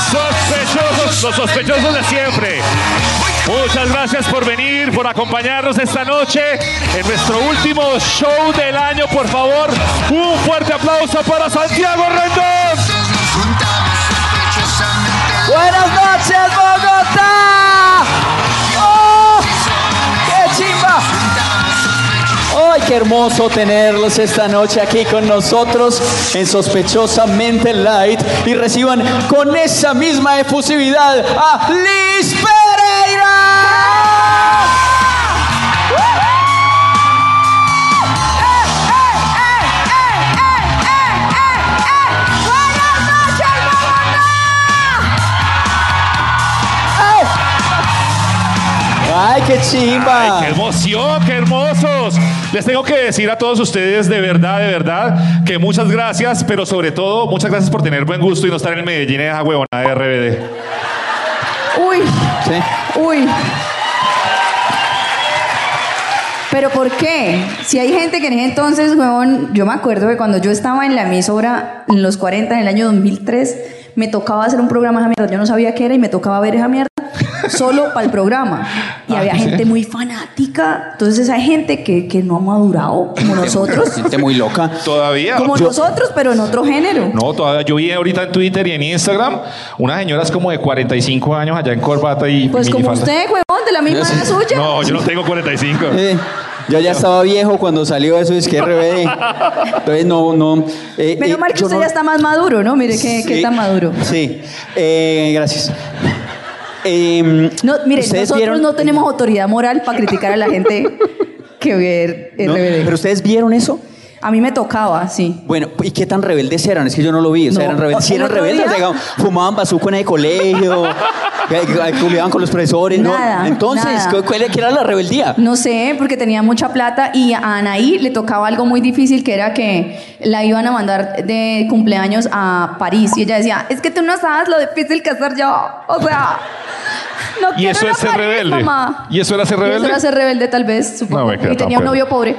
Sospechosos, los sospechosos de siempre. Muchas gracias por venir, por acompañarnos esta noche en nuestro último show del año. Por favor, un fuerte aplauso para Santiago Rendón. Buenas noches, Bogotá. ¡Oh! ¡Qué chimba! ¡Ay, qué hermoso tenerlos esta noche aquí con nosotros en Sospechosamente Light! Y reciban con esa misma efusividad a Liz Pereira. ¡Ay, qué chimba! ¡Qué emoción, qué hermosos! Les tengo que decir a todos ustedes de verdad, de verdad, que muchas gracias, pero sobre todo, muchas gracias por tener buen gusto y no estar en Medellín en esa huevonada de RBD. Uy, Sí. uy. Pero ¿por qué? Si hay gente que en ese entonces, huevón, yo me acuerdo que cuando yo estaba en la emisora en los 40, en el año 2003, me tocaba hacer un programa de esa mierda. Yo no sabía qué era y me tocaba ver esa mierda solo para el programa. Ah, Y había gente muy fanática. Entonces hay gente que, que no ha madurado como nosotros. Gente muy loca. Todavía. Como Yo- nosotros, pero en otro género. No, todavía yo vi ahorita en Twitter y en Instagram unas señoras como de 45 años allá en corbata y Pues como minifalda. usted, huevón, de la misma Sí. edad suya. No, yo no tengo 45. Eh, yo ya estaba viejo cuando salió eso, es que RBD. Entonces, no, no. eh, Menos eh, mal que yo usted no- ya está más maduro, ¿no? Mire qué, qué Sí, tan maduro. Sí, Eh, gracias. Em, No, mire, ¿ustedes nosotros vieron- no tenemos autoridad moral para criticar a la gente que ve ¿no? RBD. ¿Pero ustedes vieron eso? A mí me tocaba, sí. Bueno, ¿y qué tan rebeldes eran? Es que yo no lo vi. O sea, No. eran rebeldes. Si ¿El eran otro rebeldes, día? llegaban, fumaban bazuco en el colegio, eh, culiaban con los profesores. ¿no? Nada, Entonces, nada. ¿cu- ¿cuál era la rebeldía? No sé, porque tenía mucha plata y a Anaí le tocaba algo muy difícil que era que la iban a mandar de cumpleaños a París y ella decía, es que tú no sabes lo difícil que hacer yo. O sea, no Y quiero eso ir a es ser París, rebelde. mamá. ¿Y eso era ser Y rebelde? era ser rebelde tal vez, No, supongo. me queda y tenía tan un novio pobre.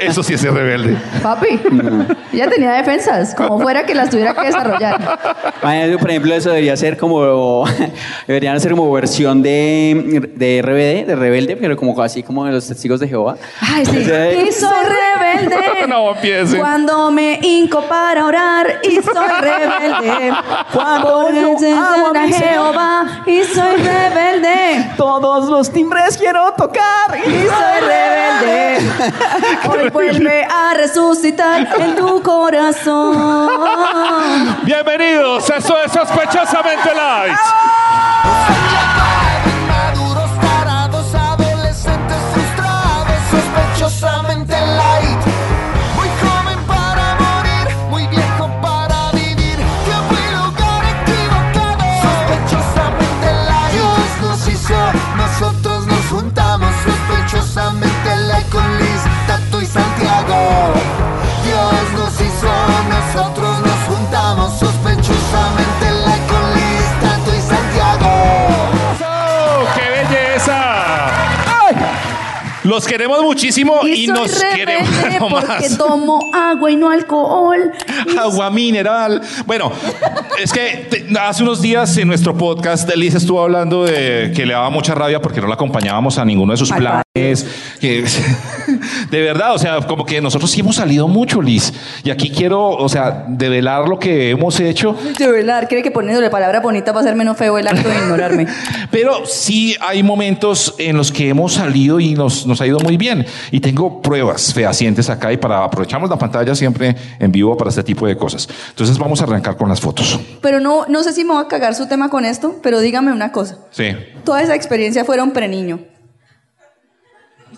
Eso sí es ser rebelde. Papi, Mm. ella tenía defensas, como fuera que las tuviera que desarrollar. Imagínate, Por ejemplo, eso debería ser como. Deberían hacer como versión de, de RBD, de Rebelde, pero como así como de los testigos de Jehová. Ay, sí. Sí. Y soy rebelde. No empiecen. Cuando me hinco para orar y soy rebelde. Cuando yo Cuando amo a a mi Jehová y soy rebelde. Todos los timbres quiero tocar. Y soy rebelde. Hoy vuelve a resucitar en tu corazón. Bienvenidos, eso es sospechosamente live. Maduros tarados, adolescentes frustrados, sospechosamente light. Muy joven para morir, muy viejo para vivir. Tiempo y lugar equivocado, sospechosamente light. Dios nos hizo, nosotros nos juntamos, sospechosamente light con Liz, Tato y Santiago. Dios nos hizo, nosotros nos juntamos, sospechosamente light con Liz, Tato y Santiago. ¡Oh, ¡Qué belleza! Los queremos muchísimo y, Y soy nos queremos rebelde no porque más. tomo agua y no alcohol. Agua mineral. Bueno, es que te- hace unos días en nuestro podcast, Liz estuvo hablando de que le daba mucha rabia porque no la acompañábamos a ninguno de sus Al planes es que de verdad, o sea, como que nosotros sí hemos salido mucho, Liz. Y aquí quiero, o sea, develar lo que hemos hecho. De verdad, cree que poniéndole palabra bonita va a ser menos feo el acto de ignorarme. Pero sí hay momentos en los que hemos salido y nos, nos ha ido muy bien. Y tengo pruebas fehacientes acá y para aprovechamos la pantalla siempre en vivo para este tipo de cosas. Entonces vamos a arrancar con las fotos. Pero no, no sé si me va a cagar su tema con esto, pero dígame una cosa. Sí, Toda esa experiencia fueron preniño.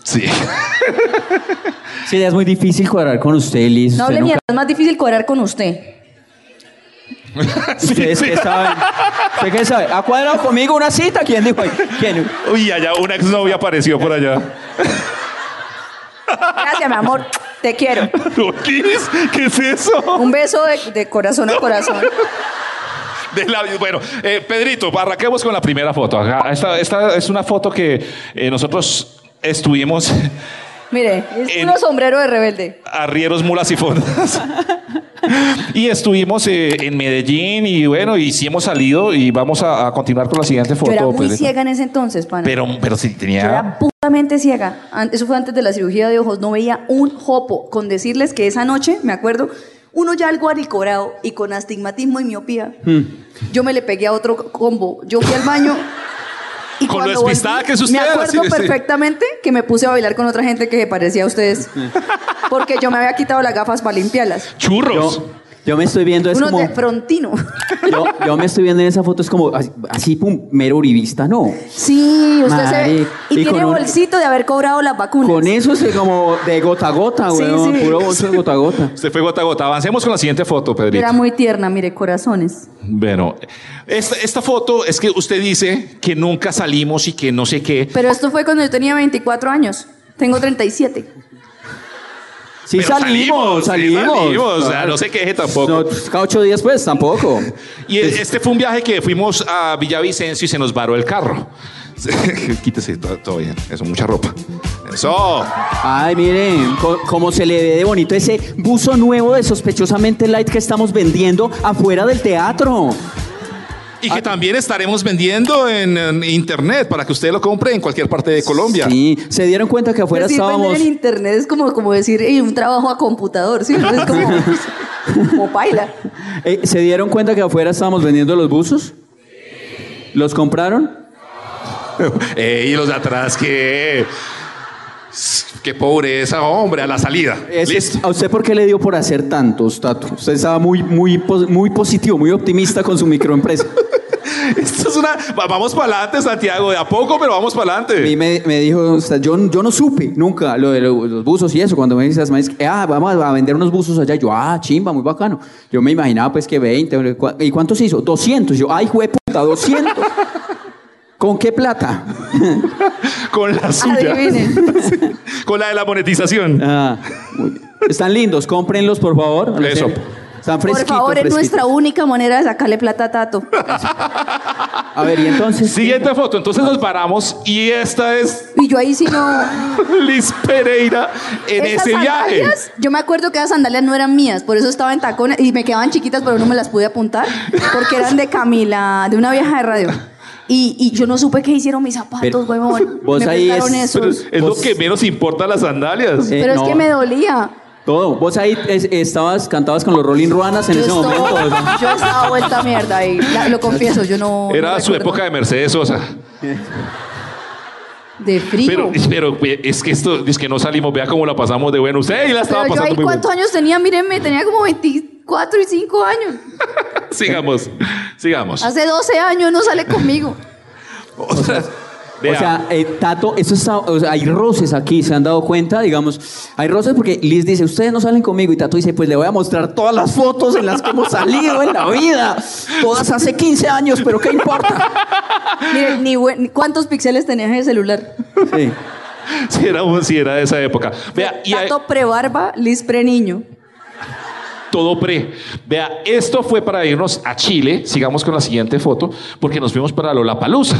sí. Sí, ya es muy difícil cuadrar con usted, Liz. Usted No hable nunca- mierda, es más difícil cobrar con usted. ¿Ustedes qué saben? ¿Usted qué sabe? ¿Ha cuadrado conmigo una cita? ¿Quién dijo ahí? ¿Quién? Uy, allá una exnovia apareció por allá. Gracias, mi amor. Te quiero. Liz, ¿qué es eso? Un beso de, de corazón a corazón. De labios. Bueno, eh, Pedrito, arranquemos con la primera foto. Ajá, Esta, esta es una foto que eh, nosotros estuvimos Mire, es En- uno sombrero de rebelde. arrieros, mulas y fondas. y estuvimos eh, en Medellín y bueno, y sí hemos salido y vamos a, a continuar con la siguiente Yo foto. pues, era muy Pedrito. ciega en ese entonces, pana. Pero, pero sí Yo tenía... era putamente ciega. An- Eso fue antes de la cirugía de ojos. No veía un jopo. Con decirles que esa noche, me acuerdo, uno ya algo alicorado y con astigmatismo y miopía, Hmm. yo me le pegué a otro co- combo. Yo fui al baño. Y Con lo cuando despistada que es usted, Me acuerdo así, sí. perfectamente que me puse a bailar con otra gente que se parecía a ustedes. Hmm. Porque yo me había quitado las gafas para limpiarlas. Churros. Yo, yo me estoy viendo, es Uno como. de frontino. Yo, yo me estoy viendo en esa foto, es como así, así, pum, mero uribista, no. Sí, usted Marica, se. Y, y tiene con un- bolsito de haber cobrado las vacunas. Con eso se como de gota a gota, Sí, weón. sí. Puro bolso de gota a gota. Se fue gota a gota. Avancemos con la siguiente foto, Pedrito. Era muy tierna, mire, corazones. Bueno, esta, esta foto es que usted dice que nunca salimos y que no sé qué. Pero esto fue cuando yo tenía 24 años. Tengo 37. Sí, Pero salimos, salimos. sí salimos, o sea, no se queje tampoco. No, pues, cada ocho días, pues, tampoco. Y e- este fue un viaje que fuimos a Villavicencio y se nos varó el carro. Quítese, todo, todo bien. Eso, mucha ropa. Eso. Ay, miren, co- como se le ve de bonito ese buzo nuevo de sospechosamente light que estamos vendiendo afuera del teatro. Y Ah. que también estaremos vendiendo en, en internet para que usted lo compre en cualquier parte de Colombia. Sí, se dieron cuenta que afuera Decir, vender estábamos. en internet es como, como decir "Ey, un trabajo a computador, ¿sí? Es como, como paila. Eh, ¿Se dieron cuenta que afuera estábamos vendiendo los buzos? ¿Los compraron? Ey, y los de atrás, que. Qué pobreza, hombre, a la salida. Es- Listo. ¿A usted por qué le dio por hacer tantos, Tato? Usted estaba muy, muy, pos- muy positivo, muy optimista con su microempresa. Esto es una. va- Vamos para adelante, Santiago, de a poco, pero vamos para A mí adelante. me, me dijo, o sea, yo, yo no supe nunca lo de lo- los buzos y eso. Cuando me dices, ah, vamos a vender unos buzos allá. Yo, ah, chimba, muy bacano. Yo me imaginaba pues que 20. ¿cu- ¿Y cuántos hizo? 200. Yo, ay, puta, 200. ¿Con qué plata? Con la suya. Adivinen. Con la de la monetización. Ah, muy bien. Están lindos, cómprenlos, por favor. En Eso. serio. Están Por fresquitos. favor, es fresquitos. nuestra única manera de sacarle plata a Tato. A ver, y entonces. Siguiente foto. Entonces nos paramos y esta es Y yo ahí sí no... Liz Pereira en Esas ese viaje. sandalias, Yo me acuerdo que esas sandalias no eran mías, por eso estaba en tacones y me quedaban chiquitas, pero no me las pude apuntar porque eran de Camila, de una vieja de radio. Y, y yo no supe qué hicieron mis zapatos, Pero- huevón. vos me ahí prestaron es- Pero esos. es lo que menos importa las sandalias. Pues- Eh, pero no. es que me dolía. Todo. Vos ahí es- estabas, cantabas con los Rolling Ruanas en yo ese estaba, momento. Yo estaba vuelta a mierda ahí. la- lo confieso, yo no. Era no su recuerdo. época de Mercedes Sosa. de Pero, frío. pero eh, es que esto, es que no salimos, vea cómo la pasamos de bueno. Usted ahí la estaba Pero yo ahí, pasando muy bueno. ¿cuántos años tenía? Mírenme, tenía como 24 y 5 años. Sigamos, sigamos. Hace 12 años no sale conmigo. O sea, O vea, sea, eh, Tato, eso está, o sea, hay roces aquí, ¿se han dado cuenta? Digamos, hay roces porque Liz dice, ustedes no salen conmigo. Y Tato dice, pues le voy a mostrar todas las fotos en las que hemos salido en la vida. Todas hace 15 años, pero ¿qué importa? Miren, ni buen- ¿cuántos píxeles tenías en el celular? Sí. si era, un- si era de esa época. Vea, y ahí- Tato prebarba, Liz preniño. todo pre. Vea, esto fue para irnos a Chile. Sigamos con la siguiente foto, porque nos fuimos para Lollapalooza.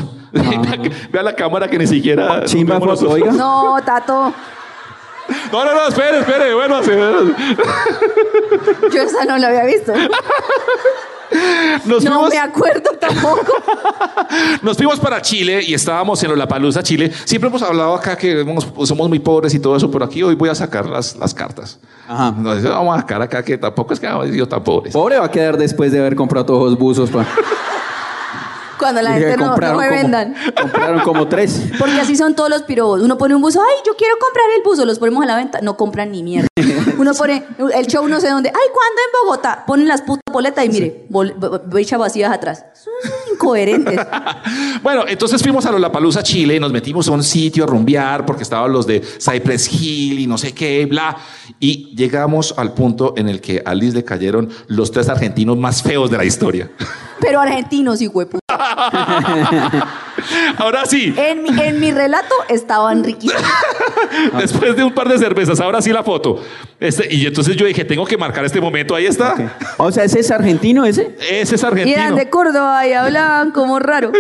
Vea la cámara que ni siquiera. Ah. Chimba nos vemos foto, nosotros. oiga. No, Tato, No, no, no, espere, espere. Bueno, sí, bueno. yo esa no la había visto. Nos No fuimos- me acuerdo tampoco. Nos fuimos para Chile y estábamos en Lollapalooza, Chile. Siempre hemos hablado acá que hemos- somos muy pobres y todo eso, pero aquí hoy voy a sacar las, las cartas. Ajá. Nos vamos a sacar acá que tampoco es que hayamos sido tan pobres. Pobre va a quedar después de haber comprado todos los buzos. pa. Cuando la Dije, gente no, no compraron me como- vendan. Compraron como tres. Porque así son todos los pirobos. Uno pone un buzo, ay, yo quiero comprar el buzo, los ponemos a la venta, no compran ni mierda. Uno pone el show no sé dónde, ay, ¿cuándo en Bogotá? Ponen las putas boletas y mire, bol- bo- bo- bechas vacías atrás. Son incoherentes. Bueno, entonces fuimos a Lollapalooza, Chile, y nos metimos a un sitio a rumbear porque estaban los de Cypress Hill y no sé qué, bla. Y llegamos al punto en el que a Liz le cayeron los tres argentinos más feos de la historia. Pero argentinos, hijo de puta. Ahora sí, En mi, en mi relato estaban riquísimos. después de un par de cervezas, ahora sí la foto. Este, y entonces yo dije, tengo que marcar este momento, ahí está. O sea, ese es argentino ese. Ese es Y eran argentino. de Córdoba y hablaban como raro.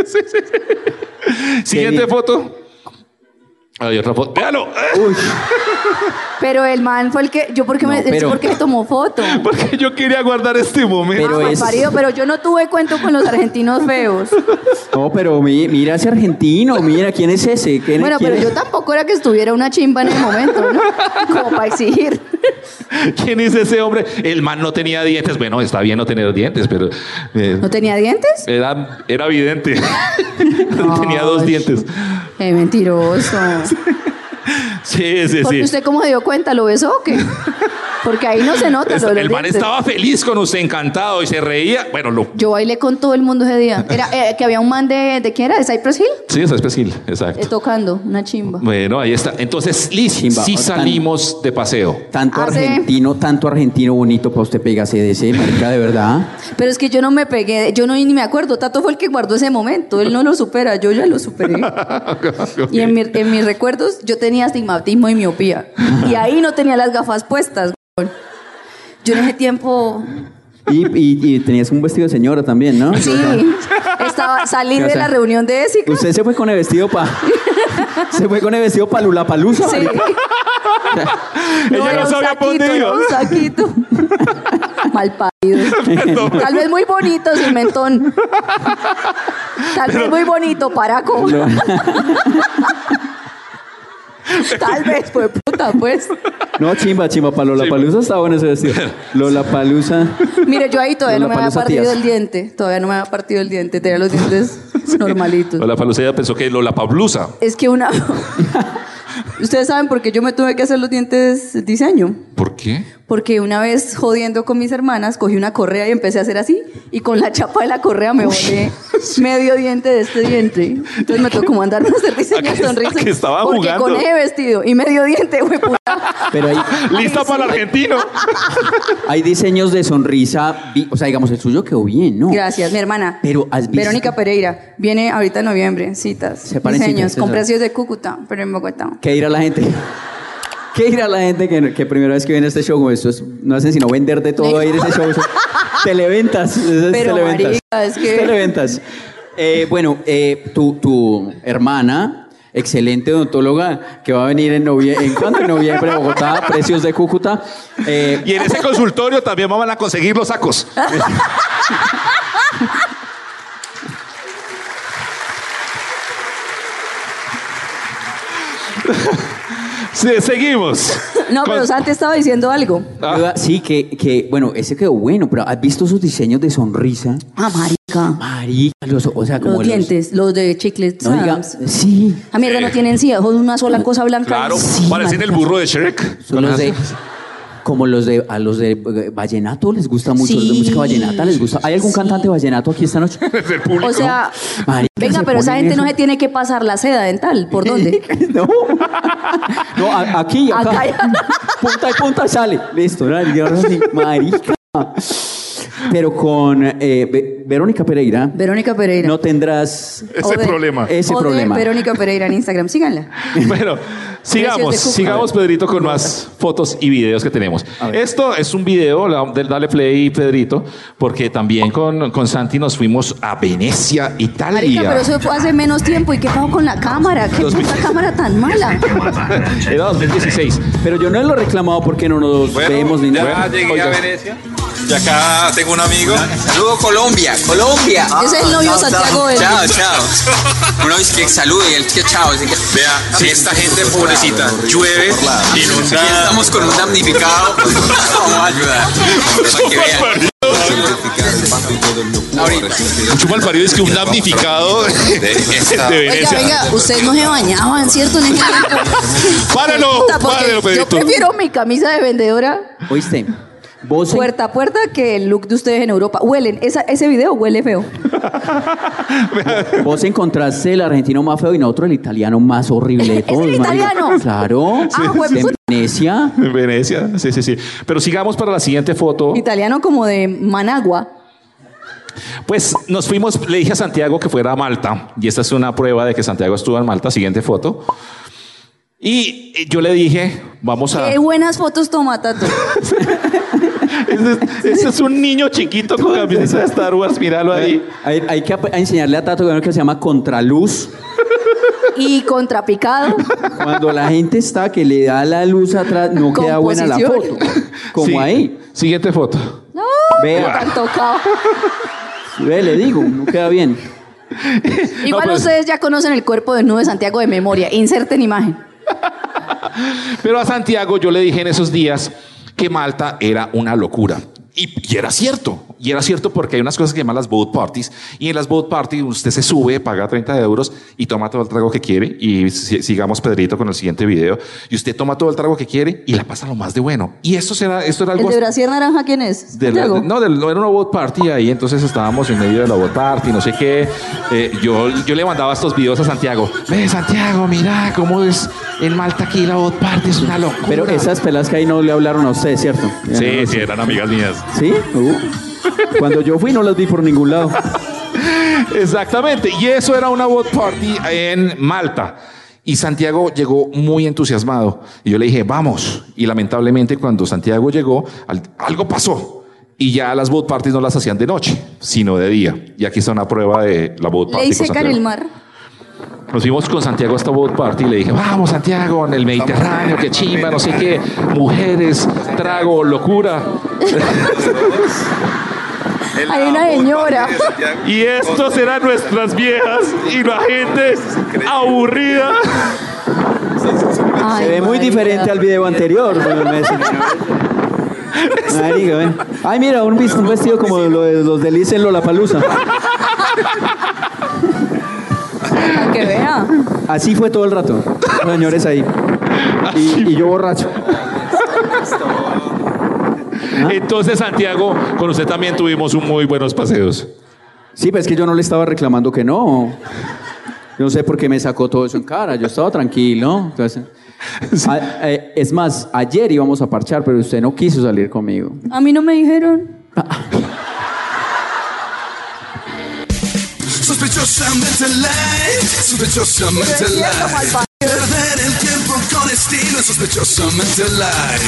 Siguiente Qué bien. foto. Hay otra foto. Véalo. Uy, Pero el man fue el que. Yo, porque me, No, pero- ¿por qué me tomó foto? Porque yo quería guardar este momento. Pero Ah, es- parido, pero yo no tuve cuento con los argentinos feos. no, pero mi- mira ese argentino, mira quién es ese. ¿Quién, Bueno, quién pero es? yo tampoco era que estuviera una chimba en el momento, ¿no? Como para exigir. ¿Quién es ese hombre? El man no tenía dientes. Bueno, está bien no tener dientes, pero eh, ¿No tenía dientes? era, era evidente. tenía dos Ay. dientes. Eh, mentiroso. Sí, sí, Porque sí. usted cómo se dio cuenta, ¿lo besó o qué? Porque ahí no se nota Es- lo de los el man dientes. estaba feliz con usted, encantado, y se reía. Bueno, lo... Yo bailé con todo el mundo ese día. Era eh, que había un man de, ¿de quién era? ¿De Cypress Hill? Sí, es especial, Eh, exacto. tocando, una chimba. Bueno, ahí está. Entonces, Liz, Chimba, sí bacán. salimos de paseo. Tanto Hace- argentino, tanto argentino bonito para usted pegarse de ese, marica, de verdad. Pero es que yo no me pegué, yo no ni me acuerdo. Tato fue el que guardó ese momento. Él no lo supera, yo ya lo superé. Y en, mi- en mis recuerdos yo tenía astigmatismo y miopía. Y ahí no tenía las gafas puestas. weón. Yo en ese tiempo, Y, y- y tenías un vestido de señora también, ¿no? sí, estaba, salí ¿Qué de hace? la reunión de ESIC. Usted se fue con el vestido para. se fue con el vestido para Lulapalooza. Sí. marica. Ella no era un sabía por dónde saquito, iba. era Un saquito. Mal parido. Tal vez muy bonito sin mentón. Tal vez muy bonito, paraco. No. Tal vez, pues puta, pues. No, chimba, chimba, para Lulapalooza está bueno ese vestido. Lulapalooza. Mire, yo ahí todavía no me había Lollapalooza partido tías. el diente. Todavía no me había partido el diente. Tenía los dientes normalitos. La palucella pensó que Lola Pablusa. Es que una. Ustedes saben por qué yo me tuve que hacer los dientes diseño. ¿Por qué? Porque una vez jodiendo con mis hermanas, cogí una correa y empecé a hacer así. Y con la chapa de la correa me volé medio diente de este diente. Entonces me tocó mandarme a hacer diseño ¿A de qué- sonrisa. a qué estaba porque jugando? con ese vestido y medio diente, güey, puta. Pero hay, Lista para el argentino. hay diseños de sonrisa. vi- O sea, digamos, el suyo quedó bien, ¿no? Gracias, mi hermana. Uh. Pero has visto- Verónica Pereira. Viene ahorita en noviembre. Citas. Separen diseños. citas, con eso. precios de Cúcuta, pero en Bogotá. ¿Qué dirá la gente? ¿Qué dirá la gente que, que primera vez que viene a este show? como Esto es- no hacen sino vender de todo ahí en ese show. eso- televentas. eso es Pero, televentas. marica, es que- Televentas. Eh, bueno, eh, tu, tu hermana, excelente odontóloga, que va a venir en noviembre, ¿en cuándo? En noviembre a Bogotá, precios de Cúcuta. Eh, Y en ese consultorio también van a conseguir los sacos. Sí, seguimos. No, pero Con- Santi estaba diciendo algo. duda- Sí, que, que, bueno, ese quedó bueno, pero ¿has visto sus diseños de sonrisa? Ah, marica. Marica, los, o sea, como Los dientes, los de chicles. No diga, sí. A mierda, no tienen sí, ojos, una sola cosa blanca. Claro, Sí, parecen el marica. burro de Shrek. Son los de, como los de a los de eh, vallenato les gusta mucho, los de Sí. música vallenata les gusta. ¿Hay algún Sí. cantante vallenato aquí esta noche? O sea, Marica, venga, se pero esa ponen gente no eso. se tiene que pasar la seda dental. ¿Por dónde? no. No, a- aquí y acá. Acá y- punta y punta sale. Listo, ¿no? Y ahora sí, marica. Pero con eh, Ve- Verónica Pereira Verónica Pereira. no tendrás Ese O de- Eh, problema. ese o de problema. Verónica Pereira en Instagram, síganla. Bueno, sigamos, Precios de Cuba. sigamos, Pedrito, con más fotos y videos que tenemos. Esto es un video la- del Dale Play, Pedrito, porque también con, con Santi nos fuimos a Venecia, Marica, pero Italia. eso fue hace menos tiempo. ¿Y qué pasó con la cámara? ¿Qué Dos mil- puta cámara tan mala? Era 2016. Pero yo no lo he reclamado porque no nos vemos ni nada. Oiga, llegué a Venecia. Y acá tengo un amigo. Saludo Colombia, Colombia. Ese es el novio Santiago del- Chao, chao. Uno dice que salude y el que chao. dice que- Vea, esta gente pobrecita llueve, Aquí inunda. estamos con un damnificado. Vamos a ayudar. Para que vean. Ahorita. Un chupa al parido es que un damnificado de esta. De Oiga, Venecia. venga, ustedes no se bañaban, ¿cierto? En ese tiempo. Páralo, Puta, porque páralo, Yo Pedrito. prefiero mi camisa de vendedora ¿Oíste? Vos en- puerta a puerta que el look de ustedes en Europa. Huelen, esa- ese video huele feo. Vos encontraste el argentino más feo y nosotros el italiano más horrible de ¿Es todos. el marica. italiano? Claro. Sí. Ah, De hueputa. Venecia. En Venecia, sí, sí, sí. Pero sigamos para la siguiente foto. Italiano como de Managua. Pues nos fuimos, le dije a Santiago que fuera a Malta, y esta es una prueba de que Santiago estuvo en Malta, siguiente foto. Y eh, yo le dije, vamos a... Qué buenas fotos toma, Tato. Ese es, ese es un niño chiquito con camiseta de Star Wars, míralo ahí. Hay, hay que ap- enseñarle a Tato que hay uno que se llama contraluz. Y contrapicado. Cuando la gente está que le da la luz atrás, no queda buena la foto. Composición. Como Sí. ahí. Siguiente foto. No, Vea. tan tocado. Ve, le digo, no queda bien. Igual pues- ustedes ya conocen el cuerpo desnudo de Santiago de memoria. Inserten imagen. Pero a Santiago yo le dije en esos días que Malta era una locura. Y, y era cierto, y era cierto porque hay unas cosas que llaman las boat parties, y en las boat parties usted se sube, paga 30 euros y toma todo el trago que quiere, y si- sigamos Pedrito con el siguiente video, y usted toma todo el trago que quiere y la pasa lo más de bueno. Y esto, será, esto era ¿El algo... de Brasier Naranja quién es? de la- Santiago. no, del- no, era una boat party ahí, entonces estábamos en medio de la boat party, no sé qué. Eh, yo, yo le mandaba estos videos a Santiago. Ve, Santiago, mira cómo es en Malta aquí la boat party, es una locura. Pero esas pelas que ahí no le hablaron a usted, ¿cierto? Sí, sí, eran amigas mías. ¿Sí? Uh. Cuando yo fui no las vi por ningún lado. Exactamente, y eso era una boat party en Malta. Y Santiago llegó muy entusiasmado. Y yo le dije, vamos. Y lamentablemente cuando Santiago llegó, al- algo pasó. Y ya las boat parties no las hacían de noche, sino de día. Y aquí está una prueba de la boat party. Ley con seca en Santiago. el mar. Nos fuimos con Santiago hasta Boat Party y le dije, vamos Santiago, en el Mediterráneo, que chimba, no sé qué, mujeres, trago, locura. Hay una señora. Y estos eran nuestras viejas y la gente aburrida. Se ve muy diferente al video anterior. weón, me dicen. Marica, ven. Ay, mira, un, vis- un vestido como lo de- los de Liz en Lollapalooza. Para que vea. Así fue todo el rato. Los señores ahí. Y, y yo borracho. Entonces Santiago, con usted también tuvimos un muy buenos paseos. Sí, pero es que yo no le estaba reclamando que no. Yo no sé por qué me sacó todo eso en cara. Yo estaba tranquilo. Entonces, A- eh, es más, ayer íbamos a parchar, pero usted no quiso salir conmigo. A mí no me dijeron. Sospechosamente light, sospechosamente light. Perder el tiempo con estilo, sospechosamente light.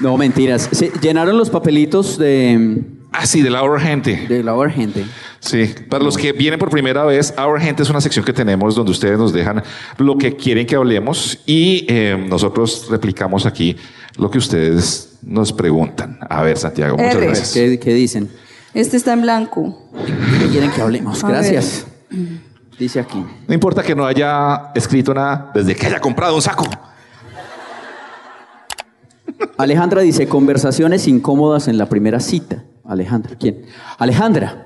No, mentiras. Se llenaron los papelitos de, Así, de la Our Gente. de la hora, gente. Sí, para los que vienen por primera vez, Our Gente es una sección que tenemos donde ustedes nos dejan lo que quieren que hablemos y eh, nosotros replicamos aquí lo que ustedes nos preguntan. A ver, Santiago, muchas R. gracias. ¿Qué, qué dicen? Este está en blanco. ¿Qué quieren que hablemos? A Gracias. Dice aquí. No importa que no haya escrito nada desde que haya comprado un saco. Alejandra dice, conversaciones incómodas en la primera cita. Alejandra, ¿quién? Alejandra.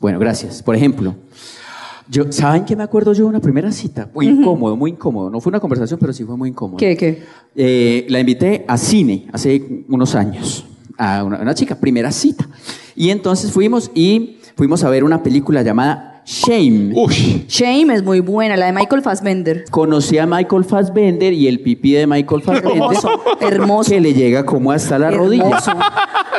Bueno, gracias. Por ejemplo, yo, ¿saben qué me acuerdo yo de una primera cita? Muy incómodo, muy incómodo. No fue una conversación, pero sí fue muy incómodo. ¿Qué, qué? Eh, la invité a cine hace unos años, a una, una chica, primera cita. Y entonces fuimos y fuimos a ver una película llamada Shame. Uy, Shame es muy buena, la de Michael Fassbender. Conocí a Michael Fassbender y el pipí de Michael Fassbender. Hermoso, hermoso. Que le llega como hasta la rodilla. Hermoso.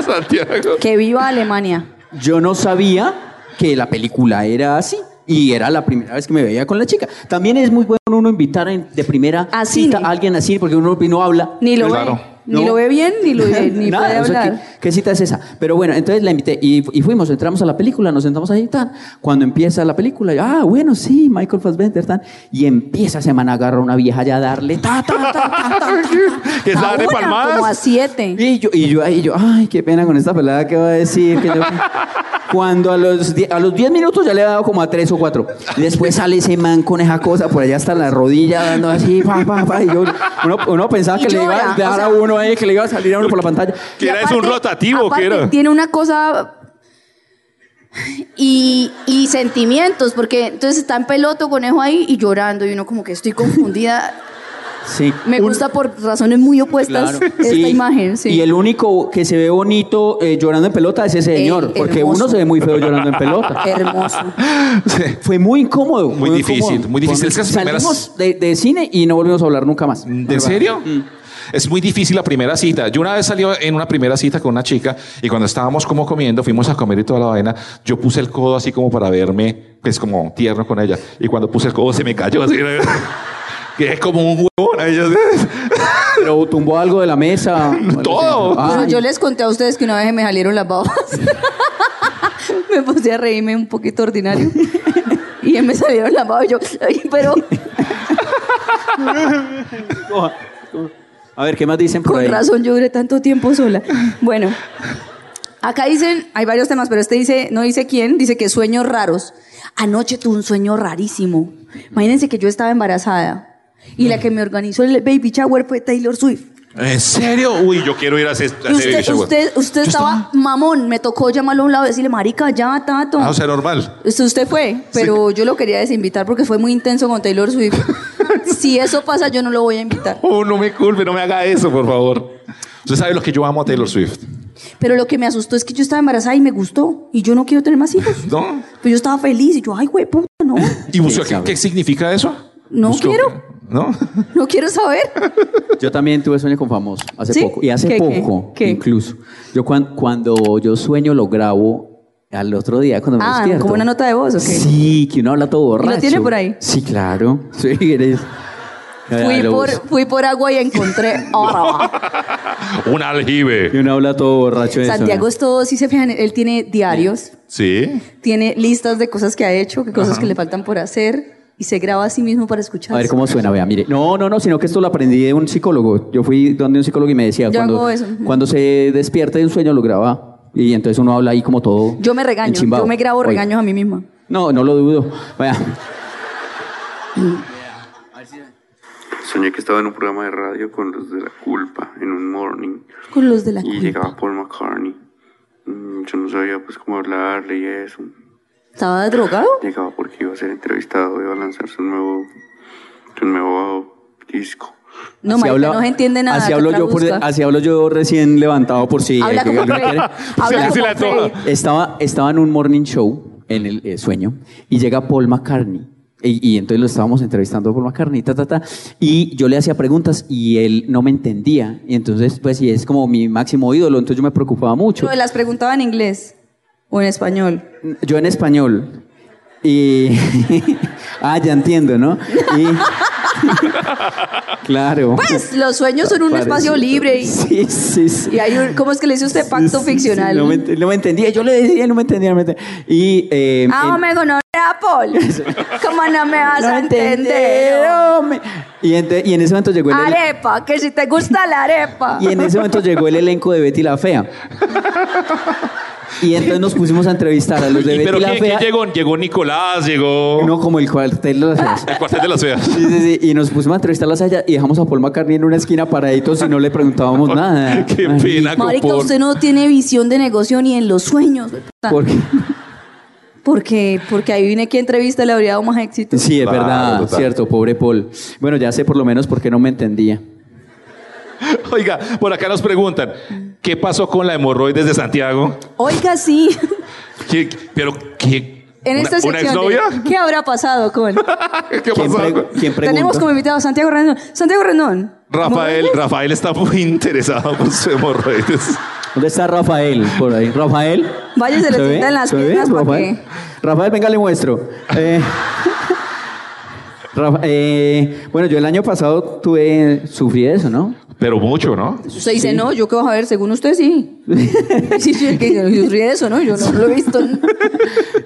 Santiago. Que viva Alemania. Yo no sabía que la película era así. Y era la primera vez que me veía con la chica. También es muy bueno uno invitar en- de primera A cita cine. a alguien así, porque uno no habla. Ni lo Claro. ve. Ni No. lo ve bien, ni, lo, eh, ni Nada, puede o sea, hablar. ¿qué, qué cita es esa? Pero bueno, entonces la invité y, fu- y fuimos, entramos a la película, nos sentamos ahí, tan. Cuando empieza la película, yo, ah, bueno, sí, Michael Fassbender, tan. Y empieza esa man agarra a una vieja ya a darle, ta, ta, ta, ta, ta, ta. Que es la de Una, Como a palmadas. siete. Y yo, y yo, ahí yo, ay, qué pena con esta pelada que va a decir. que yo- Cuando a los, die- a los 10 minutos ya le he dado como a 3 o 4. Después sale ese man con esa cosa por allá hasta la rodilla dando así, pa, pa, pa. Y yo, uno, uno pensaba Y que le iba llora, a o dejar sea- a uno ahí, que le iba a salir a uno por la pantalla. Que Y era es un aparte- rotativo, que aparte era. Tiene una cosa. Y, y sentimientos, porque entonces está en peloto, conejo ahí y llorando, y uno como que estoy confundida. Sí. Me Un- gusta por razones muy opuestas Claro. esta Sí. imagen. Sí. Y el único que se ve bonito eh, llorando en pelota es ese El señor, porque hermoso. uno se ve muy feo llorando en pelota. Hermoso. Fue muy incómodo. Muy difícil, muy difícil. Es que las primeras- Mm, Salimos de, de cine y no volvimos a hablar nunca más. ¿En serio? Es muy difícil la primera cita. Yo una vez salí en una primera cita con una chica y cuando estábamos como comiendo, fuimos a comer y toda la vaina, yo puse el codo así como para verme, pues como tierno con ella. Y cuando puse el codo se me cayó así. Que es como un huevón. ahí yo- Pero tumbó algo de la mesa. Todo. Pero Ay, yo les conté a ustedes que una vez me salieron las babas. me puse a reírme un poquito ordinario. y me salieron las babas. y Yo, "Ay, pero A ver, ¿qué más dicen por Con ahí? razón yo duré tanto tiempo sola. Bueno, acá dicen, hay varios temas, pero este dice, no dice quién, dice que sueños raros. Anoche tuve un sueño rarísimo. Imagínense que yo estaba embarazada y la que me organizó el baby shower fue Taylor Swift. ¿En serio? Uy, yo quiero ir a ese, a ese Y baby usted, shower. usted, usted estaba mamón, me tocó llamarlo a un lado y decirle, marica, ya, tato. Ah, o sea, normal. Usted, usted fue, pero yo lo quería desinvitar porque fue muy intenso con Taylor Swift. si eso pasa, yo no lo voy a invitar. Oh, no me culpe, no me haga eso, por favor. Usted sabe lo que yo amo a Taylor Swift, Pero lo que me asustó es que yo estaba embarazada y me gustó y yo no quiero tener más hijos. ¿no? Pues yo estaba feliz y yo, ay, güey, puta, no, ¿Y buscó qué, sabe. qué significa eso? No Buscó- quiero. ¿No? no quiero saber. Yo también tuve sueño con famosos hace ¿Sí? poco. Y hace ¿Qué, qué? poco, ¿Qué? incluso. Yo cuan- cuando yo sueño lo grabo al otro día cuando me Ah, despierto. ¿como una nota de voz o qué? Sí, que uno habla todo lo borracho. tiene por ahí? Sí, claro. Sí, eres... Fui Lo por, busco. fui por agua y encontré oro. Un Y aljibe. uno habla todo borracho de eso, Santiago ¿no? es todo, si se fijan, él tiene diarios, Sí. tiene listas de cosas que ha hecho, que cosas que le faltan por hacer y se graba a sí mismo para escuchar. A ver cómo suena, vea, mire. No, no, no, sino que esto lo aprendí de un psicólogo. Yo fui donde un psicólogo y me decía, Yo cuando, hago eso. cuando se despierta de un sueño lo graba. Y entonces uno habla ahí como todo. Yo me regaño, enchimbado. yo me grabo Oiga. regaños a mí misma. No, no lo dudo. Vea. Soñé que estaba en un programa de radio con los de la culpa, en un morning, Con los de la y culpa. llegaba Paul McCartney. Mm, Yo no sabía pues cómo hablarle y eso. ¿Estaba drogado? Llegaba porque iba a ser entrevistado, iba a lanzar su nuevo, su nuevo disco. No, Así marica, habla- no se entiende nada. Así ¿qué hablo, yo por- traduzca? así hablo yo recién levantado por si... Habla eh, que como alguien Freddy. quiere. Habla Sí, sí, como la Freddy. toma. Estaba, estaba en un morning show, en el eh, sueño, y llega Paul McCartney. Y, y entonces lo estábamos entrevistando a Paul McCartney, ta, ta, ta, y yo le hacía preguntas y él no me entendía. Y entonces, pues, y es como mi máximo ídolo, entonces yo me preocupaba mucho. Pero las preguntaba en inglés o en español. Yo en español. Y. ah, ya entiendo, ¿no? Y- claro. Pues los sueños son un Parece- espacio libre y, Sí, sí, sí. y hay un, ¿cómo es que le dice usted? Pacto Sí, sí, ficcional. no, me, ent- no me entendía, yo le decía, no me entendía. no me entendía. Y. eh, Ah, en- me conoce Paul. ¿Cómo no me vas No a entender, entender? hombre. Y, ente- y en ese momento llegó el, ele- Arepa, que si te gusta la arepa. y en ese momento llegó el elenco de Betty la Fea. Y entonces nos pusimos a entrevistar a los de ¿Y Betty pero la quién, quién Fea. llegó? Llegó Nicolás, llegó. No como el cuartel de las feas. El cuartel de las feas. Sí, sí, sí. Y nos pusimos a entrevistarlas allá y dejamos a Paul McCartney en una esquina paraditos y no le preguntábamos nada. Qué pena con Marica, Paul. usted no tiene visión de negocio ni en los sueños. Porque, Porque, porque ahí viene que entrevista le habría dado más éxito. sí, es Claro, verdad, total. cierto, pobre Paul. Bueno, ya sé por lo menos por qué no me entendía. Oiga, por acá nos preguntan, ¿qué pasó con la hemorroides de Santiago? Oiga, sí. ¿Qué- ¿Pero qué? En ¿Una, esta una sección, de- exnovia? ¿qué habrá pasado con? ¿Qué ¿Quién, pasó? pre- quién pregunta? Tenemos como invitado a Santiago Rendón. Santiago Rendón. Rafael, ¿Morales? Rafael está muy interesado por sus hemorroides. ¿Dónde está Rafael? Por ahí. Rafael. Vaya, se le ve? tientan las ¿Se ve, piernas para Rafael? que- Rafael, venga, le muestro. Eh, Rafa- eh, bueno, yo el año pasado tuve, sufrí eso, ¿no? Pero mucho, ¿no? Usted dice, no, yo qué vas a ver, según usted sí. sí, sí, que yo, yo ríe de eso, ¿no? Yo no lo he visto.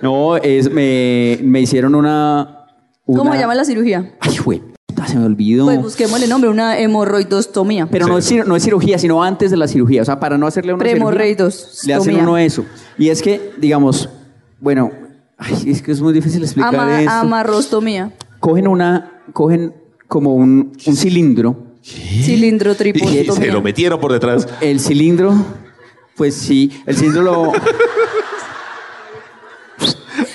No, es, me, me hicieron una, una- ¿Cómo se llama la cirugía? Ay, güey, puta, se me olvidó. Pues busquémosle nombre, una hemorroidostomía. Pero no, es, cir- no es cirugía, sino antes de la cirugía. O sea, para no hacerle una cirugía, le Premorroidostomía. hacen uno eso. Y es que, digamos, bueno, ay, es que es muy difícil explicar Ama- esto. amarrostomía. cogen una, cogen como un, un cilindro. Cilindro Y se lo tripodostomía. metieron por detrás. El cilindro, pues sí, el cilindro lo...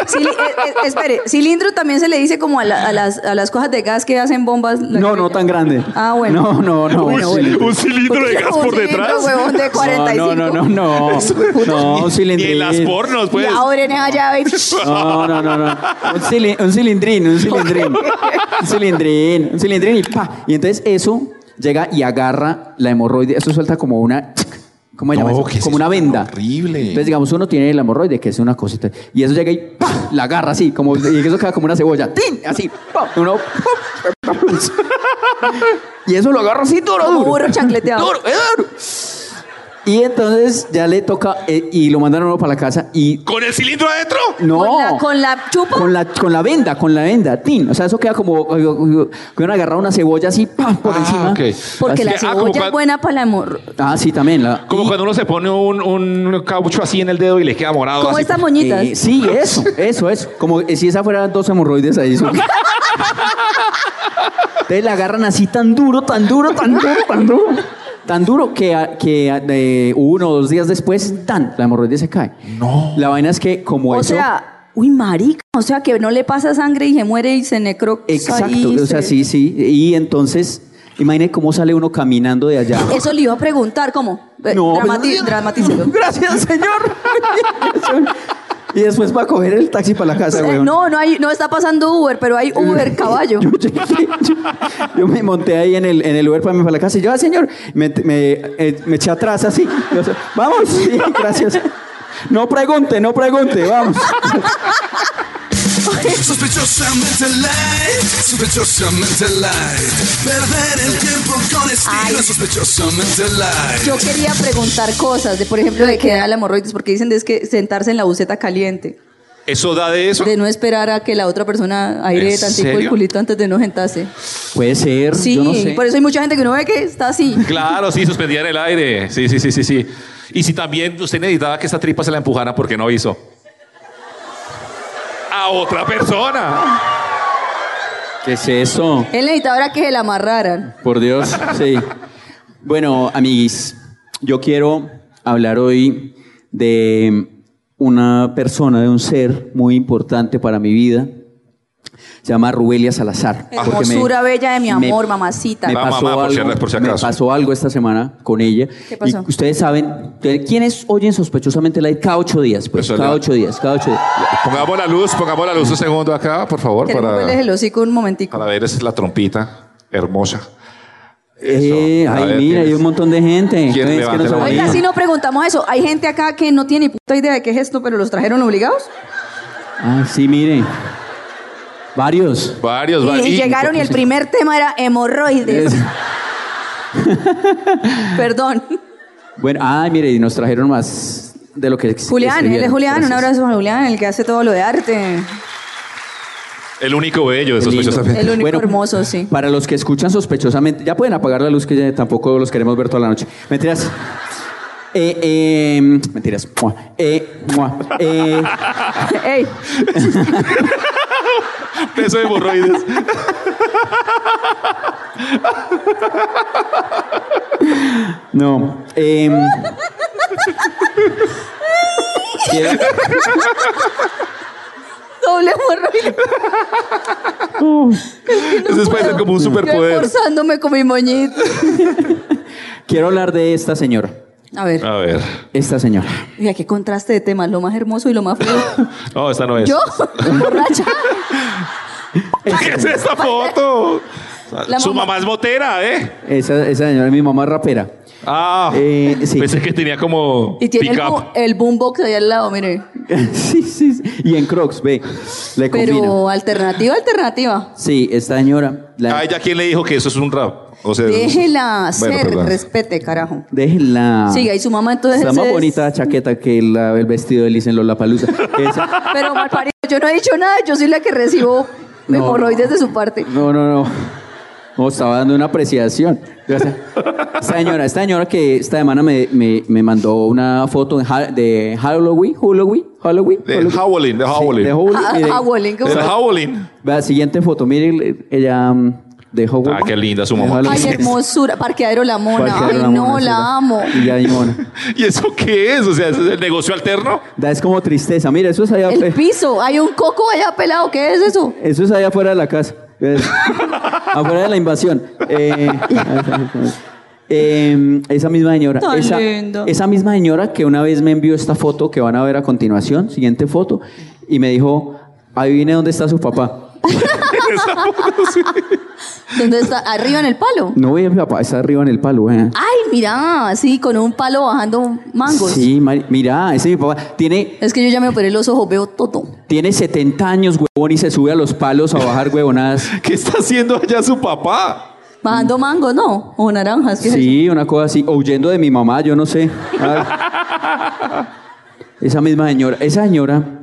Cili- eh, eh, espere, cilindro también se le dice como a, la- a las, a las cosas de gas que hacen bombas. No, no tan grande. Ah, bueno. No, no, no. Bueno, un bueno. cilindro. Un cilindro de gas por Un cilindro, detrás. huevón, de No, 45. no, no, no. No, no un Y cilindrín. en las pornos, pues. Y ahora en esa llave. No, no, no, no. Un, cili- un cilindrín, un cilindrín. Un cilindrín, un cilindrín y pa. Y entonces eso llega y agarra la hemorroide. Eso suelta como una. ¿Cómo se llama? No, eso? ¿qué es como eso? una venda. Horrible. Entonces, digamos, uno tiene el hemorroide, que es una cosita. Y eso llega y pa, la agarra así, como, y eso queda como una cebolla. ¡Tin! Así. pa, Uno. pa, y eso lo agarra así duro, Como duro. burro chancleteado. Duro, eh, duro. Y entonces ya le toca eh, y lo mandan a uno para la casa y ¿Con el cilindro adentro? no Con la, con la chupa. con la, con la venda, con la venda, tin. O sea, eso queda como que hubieran agarrado una cebolla así, ¡pam! por Ah, encima. ok. porque la Ah, como cebolla cuando- es buena para la hemorroida. Ah, sí, también. La, Como cuando uno se pone un, un caucho así en el dedo y le queda morado. Como así. estas moñitas. Ah, Eh, sí, eso, eso, eso. Como eh, si esa fueran dos hemorroides ahí. son. Entonces la agarran así tan duro, tan duro, tan duro, tan duro. Tan duro que, a- que a- de uno o dos días después, tan, la hemorroide se cae. No. La vaina es que como o eso... sea, uy, marica. O sea, que no le pasa sangre y se muere y se necro. Exacto, o sea, sí, sí. Y entonces, imagine cómo sale uno caminando de allá. Eso le iba a preguntar, ¿cómo? Eh, No, dramati- pues- dramatícelo. Gracias, señor. y después va a coger el taxi para la casa, Eh, weón. no, no, hay, no está pasando Uber, pero hay Uber caballo. Yo, llegué, yo- yo me monté ahí en el, en el Uber para irme para la casa y yo, ah, señor, me, me, eh, me eché atrás así. Yo, vamos, sí, gracias. No pregunte, no pregunte, vamos. Sospechosamente light, sospechosamente light. Perder el tiempo con estilo, Ay. sospechosamente light. Yo quería preguntar cosas, de por ejemplo, de qué da la hemorroides, porque dicen de es que sentarse en la buceta caliente, Eso da de eso. de no esperar a que la otra persona aire ¿En tantico serio? el culito antes de no sentarse. Puede ser, Sí, yo no sé. por eso hay mucha gente que uno ve que está así. Claro, sí, suspendían el aire. Sí, sí, sí, sí, sí. Y si también usted necesitaba que esa tripa se la empujara porque no hizo. A otra persona. ¿Qué es eso? Él necesitaba ahora que se la amarraran. Por Dios, sí. Bueno, amiguis, yo quiero hablar hoy de una persona, de un ser muy importante para mi vida. Se llama Rubelia Salazar. porque me- Hermosura bella de mi me- amor, mamacita. Me Va, pasó, mamá, por si- algo, por si me acaso. pasó algo esta semana con ella. ¿Qué pasó? Y ustedes saben, ustedes- ¿quiénes oyen sospechosamente la cada ocho días? Pues, Eso cada le- ocho días, cada ocho días. Pongamos la luz, pongamos la luz un segundo acá, por favor, Queremos para, verles el hocico un momentico. para ver esa es la trompita hermosa. Eso. Eh, A ay, ver, mira, ¿quién hay es? un montón de gente. ¿Quién ¿Ves que levanta no la sabía? Oiga, si no preguntamos eso, hay gente acá que no tiene ni puta idea de qué es esto, pero los trajeron obligados. Ah, sí, mire. Varios. Varios, Y, varios. y llegaron y el primer tema era hemorroides. Perdón. Bueno, ay, mire, y nos trajeron más de lo que ex- Julián, él es escribieron. Julián, un Gracias. abrazo a Julián, el que hace todo lo de arte. El único bello de Qué lindo. sospechosamente. El único hermoso, sí. Para los que escuchan sospechosamente, ya pueden apagar la luz que ya tampoco los queremos ver toda la noche. Mentiras. Eh, eh, mentiras. Mua. Eh, mua. Eh, Ey, Eso de hemorroides. no. Eh, quiero- doble hemorroides. Eso puede ser como un Yo superpoder. forzándome con mi moñito. quiero hablar de esta señora. A ver, A ver. Esta señora. mira qué contraste de temas, lo más hermoso y lo más feo. No, esta no es. Yo, borracha. ¿Qué es esta foto? La Su mamá- mamá es botera, ¿eh? Esa, esa señora es mi mamá rapera. Ah, Eh, sí. pensé que tenía como Y tiene el, pick-up. bu- el boombox ahí al lado, mire. sí, sí, sí. Y en Crocs, ve. Le combina. Pero alternativa, alternativa. Sí, esta señora. La, Ay, Ah, ya quién le dijo que eso es un rap. O sea, Déjela ser, Bueno, perdón. respete, carajo. déjenla. Siga, y su mamá entonces. Ah. Está más es- bonita la chaqueta que la- el vestido de Liz en Lollapalooza. Esa- Pero malparido, yo no he dicho nada, yo soy la que recibo No. hemorroides de su parte. No, no, no. No, estaba dando una apreciación. O sea, Esta señora, esta señora que esta semana me, me, me mandó una foto en Ha- de Halloween, Halloween, Halloween. De Halloween, de Howling. Sí, de Ah, Halloween y de- ah, Walling, ¿cómo? el howling. La siguiente foto, miren, ella mm, de Halloween. Ah, qué linda su mamá. De Ay, Halloween. hermosura. Parqueadero La Mona. Cualquier Ay, Ramona, no, sí, la amo. Y ya, y mona. ¿Y eso qué es? O sea, ¿ese ¿es el negocio alterno? Da, es como tristeza. Mira, eso es allá, El eh, piso, hay un coco allá pelado, ¿qué es eso? eso es allá afuera de la casa. Es- afuera de la invasión. Eh, eh, esa misma señora. Tan esa, lindo. esa misma señora que una vez me envió esta foto que van a ver a continuación, siguiente foto, y me dijo, adivine dónde está su papá. ¿Dónde está? Arriba en el palo. No ve mi papá, está arriba en el palo. eh. Ay, mira, sí, con un palo bajando mangos. Sí, mari- mira, ese es mi papá. Tiene Es que yo ya me operé los ojos, veo todo. Tiene 70 años, huevón, y se sube a los palos a bajar huevonadas. ¿Qué está haciendo allá su papá? Bajando mangos, ¿no? O naranjas, ¿qué es eso? Mm. Sí, una cosa así, o huyendo de mi mamá, yo no sé. Esa misma señora, esa señora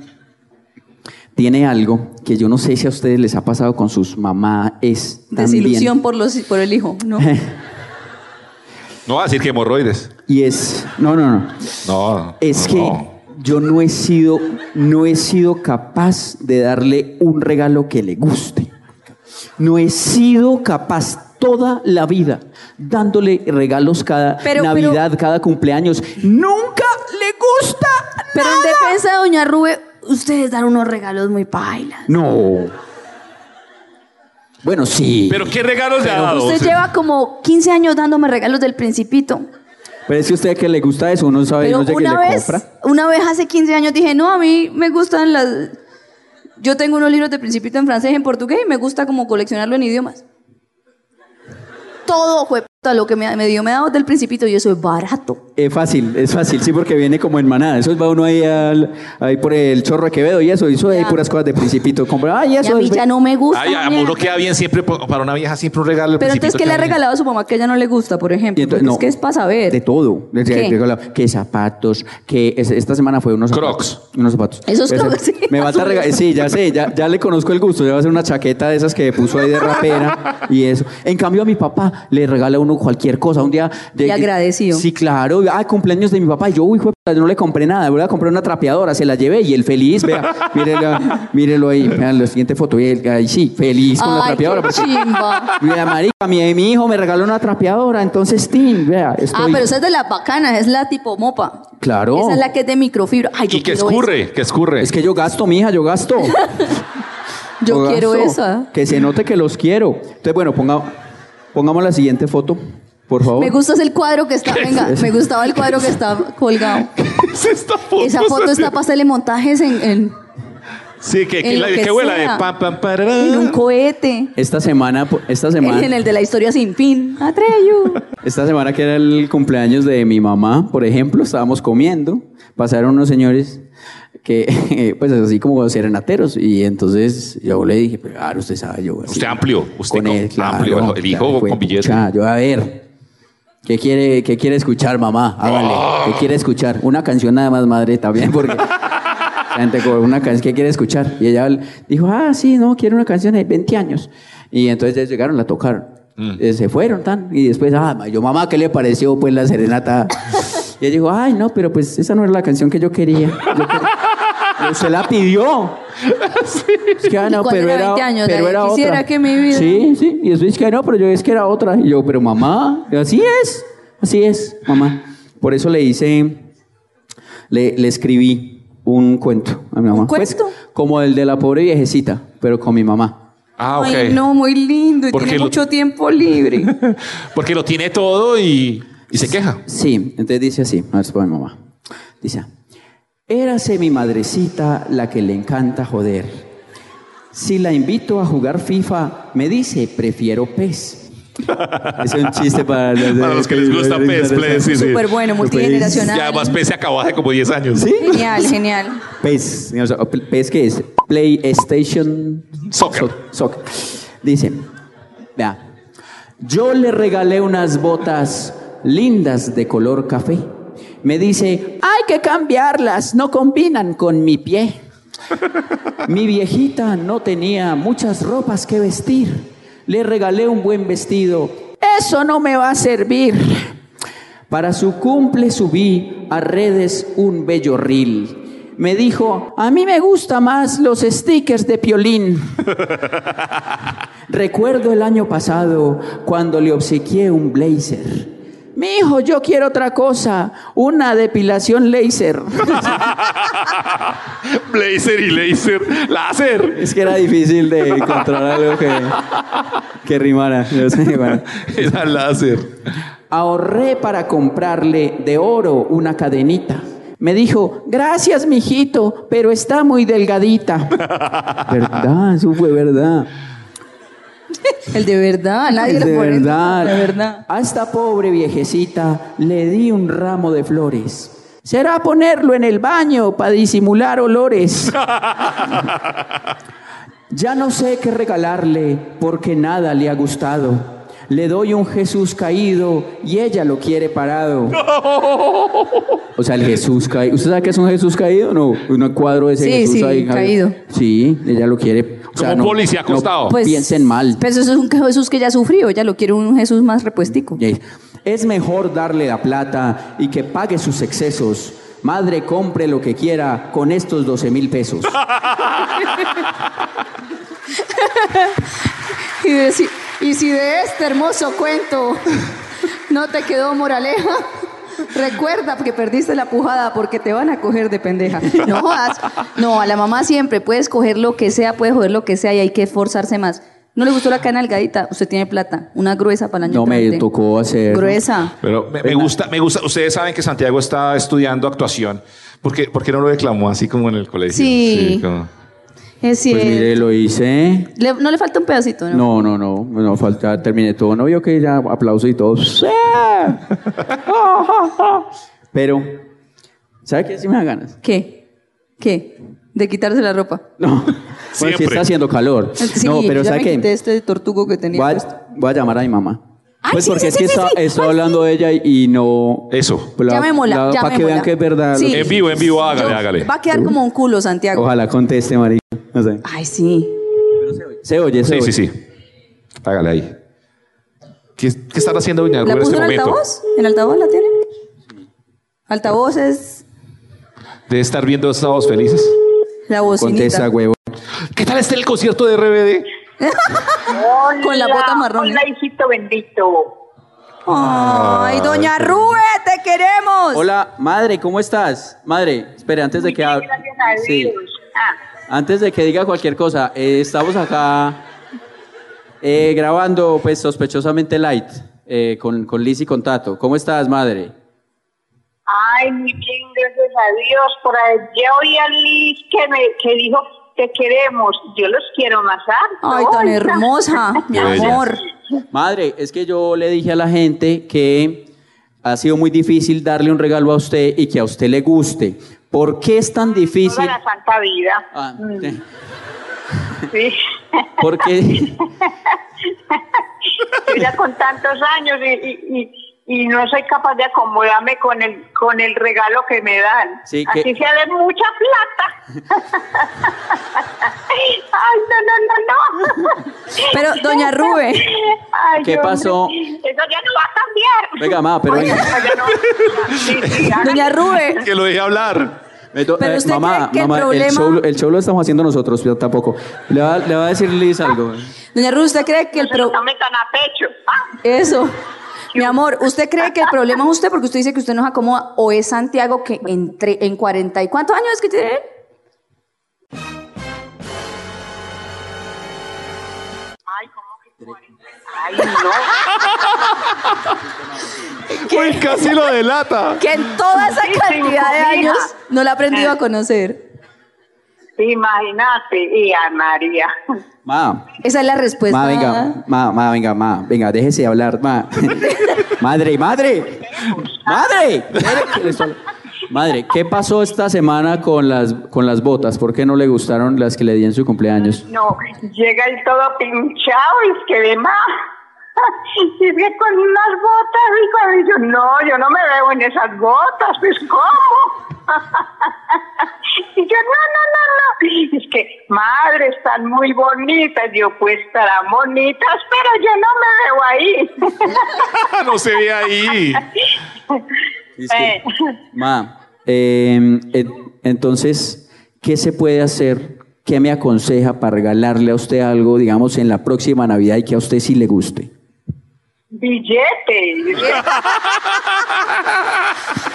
tiene algo que yo no sé si a ustedes les ha pasado con sus mamás. Desilusión por, los, por el hijo, ¿no? No va a decir que hemorroides. Y es, no, no, no. No. Es no, que no. yo no he sido, no he sido capaz de darle un regalo que le guste. No he sido capaz toda la vida dándole regalos cada Pero- Navidad, cada cumpleaños. Nunca le gusta. Pero en defensa de Doña Rube, ustedes dan unos regalos muy pailas. No. Bueno, sí. ¿Pero qué regalos le ha dado? Usted lleva como 15 años dándome regalos del Principito. Pero es que a usted que le gusta eso, uno sabe, Pero no sé qué una le vez, compra. una vez hace 15 años dije, no, a mí me gustan las... Yo tengo unos libros de principito en francés y en portugués y me gusta como coleccionarlo en idiomas. Todo fue puta, lo que me, me dio me ha dado del principito y eso es barato. Es Eh, fácil, es fácil, sí, porque viene como en manada. Eso va uno ahí, al, ahí por el chorro de Quevedo y eso, y eso hay Ya. puras cosas de principito. Compra, ay, Y a eso mí es- ya no me gusta. Ay, a mierda. uno queda bien siempre, po- para una vieja siempre un regalo. al Pero entonces, principito ¿qué le ha queda bien. regalado a su mamá que ella no le gusta, por ejemplo? Y entonces, Porque no, es que es para saber. De todo. Le- le- ¿Qué? regalaba Que zapatos, que es- esta semana fue unos Crocs. zapatos, Unos zapatos. Esos Ese- crocs, sí. Me va a estar rega- Sí, ya sé, ya, ya le conozco el gusto. Ya va a ser una chaqueta de esas que puso ahí de rapera y eso. En cambio, a mi papá le regala uno cualquier cosa. Un día. de- Y agradecido. Sí, claro. Ah, cumpleaños de mi papá. Yo, uy, hijo de puta, yo no le compré nada. Voy a comprar una trapeadora, se la llevé y el feliz, vea, mírelo, mírelo ahí. Vean la siguiente foto. Y él, ahí sí, feliz con la Ay, qué trapeadora. porque- chimba. Mira, marica, mi, mi hijo me regaló una trapeadora, entonces, Tim, vea, Ah, estoy... pero esa es de las bacanas, es la tipo mopa. Claro. Esa es la que es de microfibra. Ay, yo ¿Y qué quiero escurre? ¿Qué escurre? Es que yo gasto, mija, yo gasto. esa. Yo quiero ¿ah? gasto. esa. Que se note que los quiero. Entonces, bueno, ponga, pongamos la siguiente foto, por favor. Me gusta el cuadro que está, venga, me gustaba el cuadro que está colgado. Es esta foto. Esa foto está para hacerle montajes en, en- Sí, que, que, en la, lo que que huela de sea. pam, pam, en un pararán. cohete. Esta semana, po- esta En semana, el de la historia sin fin. Atreyu. esta semana que era el cumpleaños de mi mamá, por ejemplo, estábamos comiendo, pasaron unos señores que, pues así como serenateros, y entonces yo le dije, pero claro, usted sabe, yo... así, Usted amplió, usted con con- él, claro, amplió, el hijo claro, con fue, billete. pucha, Yo, a ver, ¿qué quiere, qué quiere escuchar, mamá? Hágale, Ah. ¿qué quiere escuchar? Una canción nada más, madre, también, porque... la gente con una canción, ¿qué quiere escuchar? Y ella dijo, ah, sí, no, quiero una canción de 20 años. Y entonces ellos llegaron, la tocaron. Eh, Se fueron, tan. Y después, ah, ma- yo, mamá, ¿qué le pareció, pues, la serenata? y ella dijo, ay, no, pero pues esa no era la canción que yo quería. Yo quería- Se la pidió. Es que, ah, ¿Y no, cuál pero era era, 20 años? La pero de era quisiera otra. que mi vida- Sí, sí. Y después, es que no, pero yo es que era otra. Y yo, pero mamá, así es. Así es, mamá. Por eso le hice le, le escribí un cuento a mi mamá. ¿Un Pues, cuento? como el de la pobre viejecita, pero con mi mamá. Ah, ok. Ay, no, muy lindo. Y Porque tiene lo- mucho tiempo libre. Porque lo tiene todo y, y se queja. Sí, entonces dice así, a ver, es para mi mamá. Dice, érase mi madrecita la que le encanta joder. Si la invito a jugar FIFA, me dice, prefiero PES. Es un chiste para los, de- Para los que les gusta los de- PES, Play, sí, sí. Súper bueno, multigeneracional. Y además PES se acabó hace como 10 años. ¿Sí? Genial, genial. PES, E o sea, PES E que es PlayStation Soccer. So- Soccer. Dice, vea, yo le regalé unas botas lindas de color café. Me dice, hay que cambiarlas, no combinan con mi pie. Mi viejita no tenía muchas ropas que vestir. Le regalé un buen vestido. Eso no me va a servir. Para su cumple subí a redes un bello reel. Me dijo, a mí me gusta más los stickers de Piolín. Recuerdo el año pasado cuando le obsequié un blazer. Mi hijo, yo quiero otra cosa, una depilación láser. Blazer y Laser. Láser. Es que era difícil de encontrar algo que, que rimara. Yo sé, bueno. Era láser. Ahorré para comprarle de oro una cadenita. Me dijo, gracias, mijito, pero está muy delgadita. ¿Verdad? Eso fue verdad. El de verdad, nadie lo de pone. verdad. De verdad. A esta pobre viejecita le di un ramo de flores. Será ponerlo en el baño para disimular olores. ya no sé qué regalarle porque nada le ha gustado. Le doy un Jesús caído y ella lo quiere parado. O sea, el Jesús caído. ¿Usted sabe qué es un Jesús caído? No, un cuadro de ese Sí, Jesús sí, ahí caído. Sí, ella lo quiere. O sea, Como un no- policía no acostado. Pues- piensen mal. Pero eso es un Jesús que ya sufrió, ya lo quiere un Jesús más repuestico. Yes. Es mejor darle la plata y que pague sus excesos. Madre, compre lo que quiera con estos 12 mil pesos. Y, de- si, y si de este hermoso cuento no te quedó moraleja, recuerda que perdiste la pujada porque te van a coger de pendeja. No jodas. No, a la mamá siempre puedes coger lo que sea, puedes joder lo que sea y hay que esforzarse más. ¿No le gustó la cana delgadita? Usted tiene plata. Una gruesa para el año No me entrante. tocó hacer. Gruesa. Pero me, me gusta, me gusta. Ustedes saben que Santiago está estudiando actuación. ¿Por qué, por qué no lo reclamó así como en el colegio? Sí. como- Pues Es cierto. mire, lo hice. Eh, Le- no le falta un pedacito, ¿no? No, no, no, no falta, terminé todo, no vio que ya aplauso y todo. ¡Sí! Pero, ¿sabe qué? Si me da ganas. ¿Qué? ¿Qué? De quitarse la ropa. No, bueno, si Siempre. está haciendo calor. Sí, no, pero ya ¿sabe me qué? quité este tortugo que tenía. Voy puesto. a, voy a llamar a mi mamá. Ay, pues sí, porque sí, es sí, que sí, está- sí. estaba hablando de ella y no. Eso. Pues Llamémosla, Para que llamémosla. vean que es verdad. Sí. lo que- En vivo, en vivo, hágale, Yo- hágale. Va a quedar como un culo, Santiago. Ojalá conteste, María. No sé. Ay, sí. Se oye, se Sí, oye. sí, sí. Hágale ahí. ¿Qué, qué están haciendo Doña Ruth ¿La en puso este en momento? altavoz? ¿En altavoz la tiene? Altavoz es De estar viendo Estados Felices. la bocinita. Contesta, huevo. ¿Qué tal está el concierto de RBD? Con la bota marrón. ¿eh? Hola, hijito bendito. Ay, doña Rube, te queremos. Hola, madre, ¿cómo estás? Madre, espere, antes de que Pues- Bien, hable. gracias a Dios. Sí, Ah, antes de que diga cualquier cosa, eh, estamos acá eh, grabando, pues sospechosamente light, eh, con, con Liz y con Tato. ¿Cómo estás, madre? ay, muy bien, gracias a Dios. Por allá oí a Liz que me que dijo te queremos. Yo los quiero más harto. Ay, tan hermosa, mi Bella. amor. Madre, es que yo le dije a la gente que ha sido muy difícil darle un regalo a usted y que a usted le guste. ¿Por qué es tan Toda difícil? la santa vida. Ah, Mm, sí. sí. ¿Por qué? Yo ya con tantos años y, y- y- y no soy capaz de acomodarme con el con el regalo que me dan. Sí, que- Así sea de mucha plata. Ay, no, no, no, no. Pero, doña Rube, Ay, ¿Qué hombre, pasó? Eso ya no va a cambiar. Venga, ma, pero Ay, venga. eso ya no va a cambiar. Sí, sí, hágale. doña Rube, Que lo deje hablar. Me to- Pero usted cree que el problema- show, el show lo estamos haciendo nosotros, yo tampoco. Le va, le va a decir Liz algo. doña Rube, ¿usted cree que el No pro... se lo metan a pecho. Ah, Eso. Mi amor, ¿usted cree que el problema es usted? Porque usted dice que usted no se acomoda. ¿O es Santiago que entre en 40 y cuántos años es que tiene? Ay, ¿cómo que 40? Ay, no. Uy, casi lo delata. Que en toda esa Sí, cantidad de cinco, mija. años no la ha aprendido a conocer. Imagínate, y a María. Ma, Esa es la respuesta. ma, venga, ma, ma, venga, ma, venga, déjese de hablar, ma. madre, madre, madre, Espere que le estoy hablando. madre, ¿qué pasó esta semana con las, con las botas? ¿Por qué no le gustaron las que le di en su cumpleaños? No, llega el todo pinchado y es que de más. Y es que con unas botas y con y yo, no, yo no me veo en esas botas, pues ¿cómo? Y yo, no, no, no, no. Es que, madre, están muy bonitas. Yo, pues estarán bonitas, pero yo no me veo ahí. Ah, no se ve ahí. Es que- Ma, eh, eh, entonces, ¿qué se puede hacer? ¿Qué me aconseja para regalarle a usted algo, digamos, en la próxima Navidad y que a usted sí le guste? Billetes.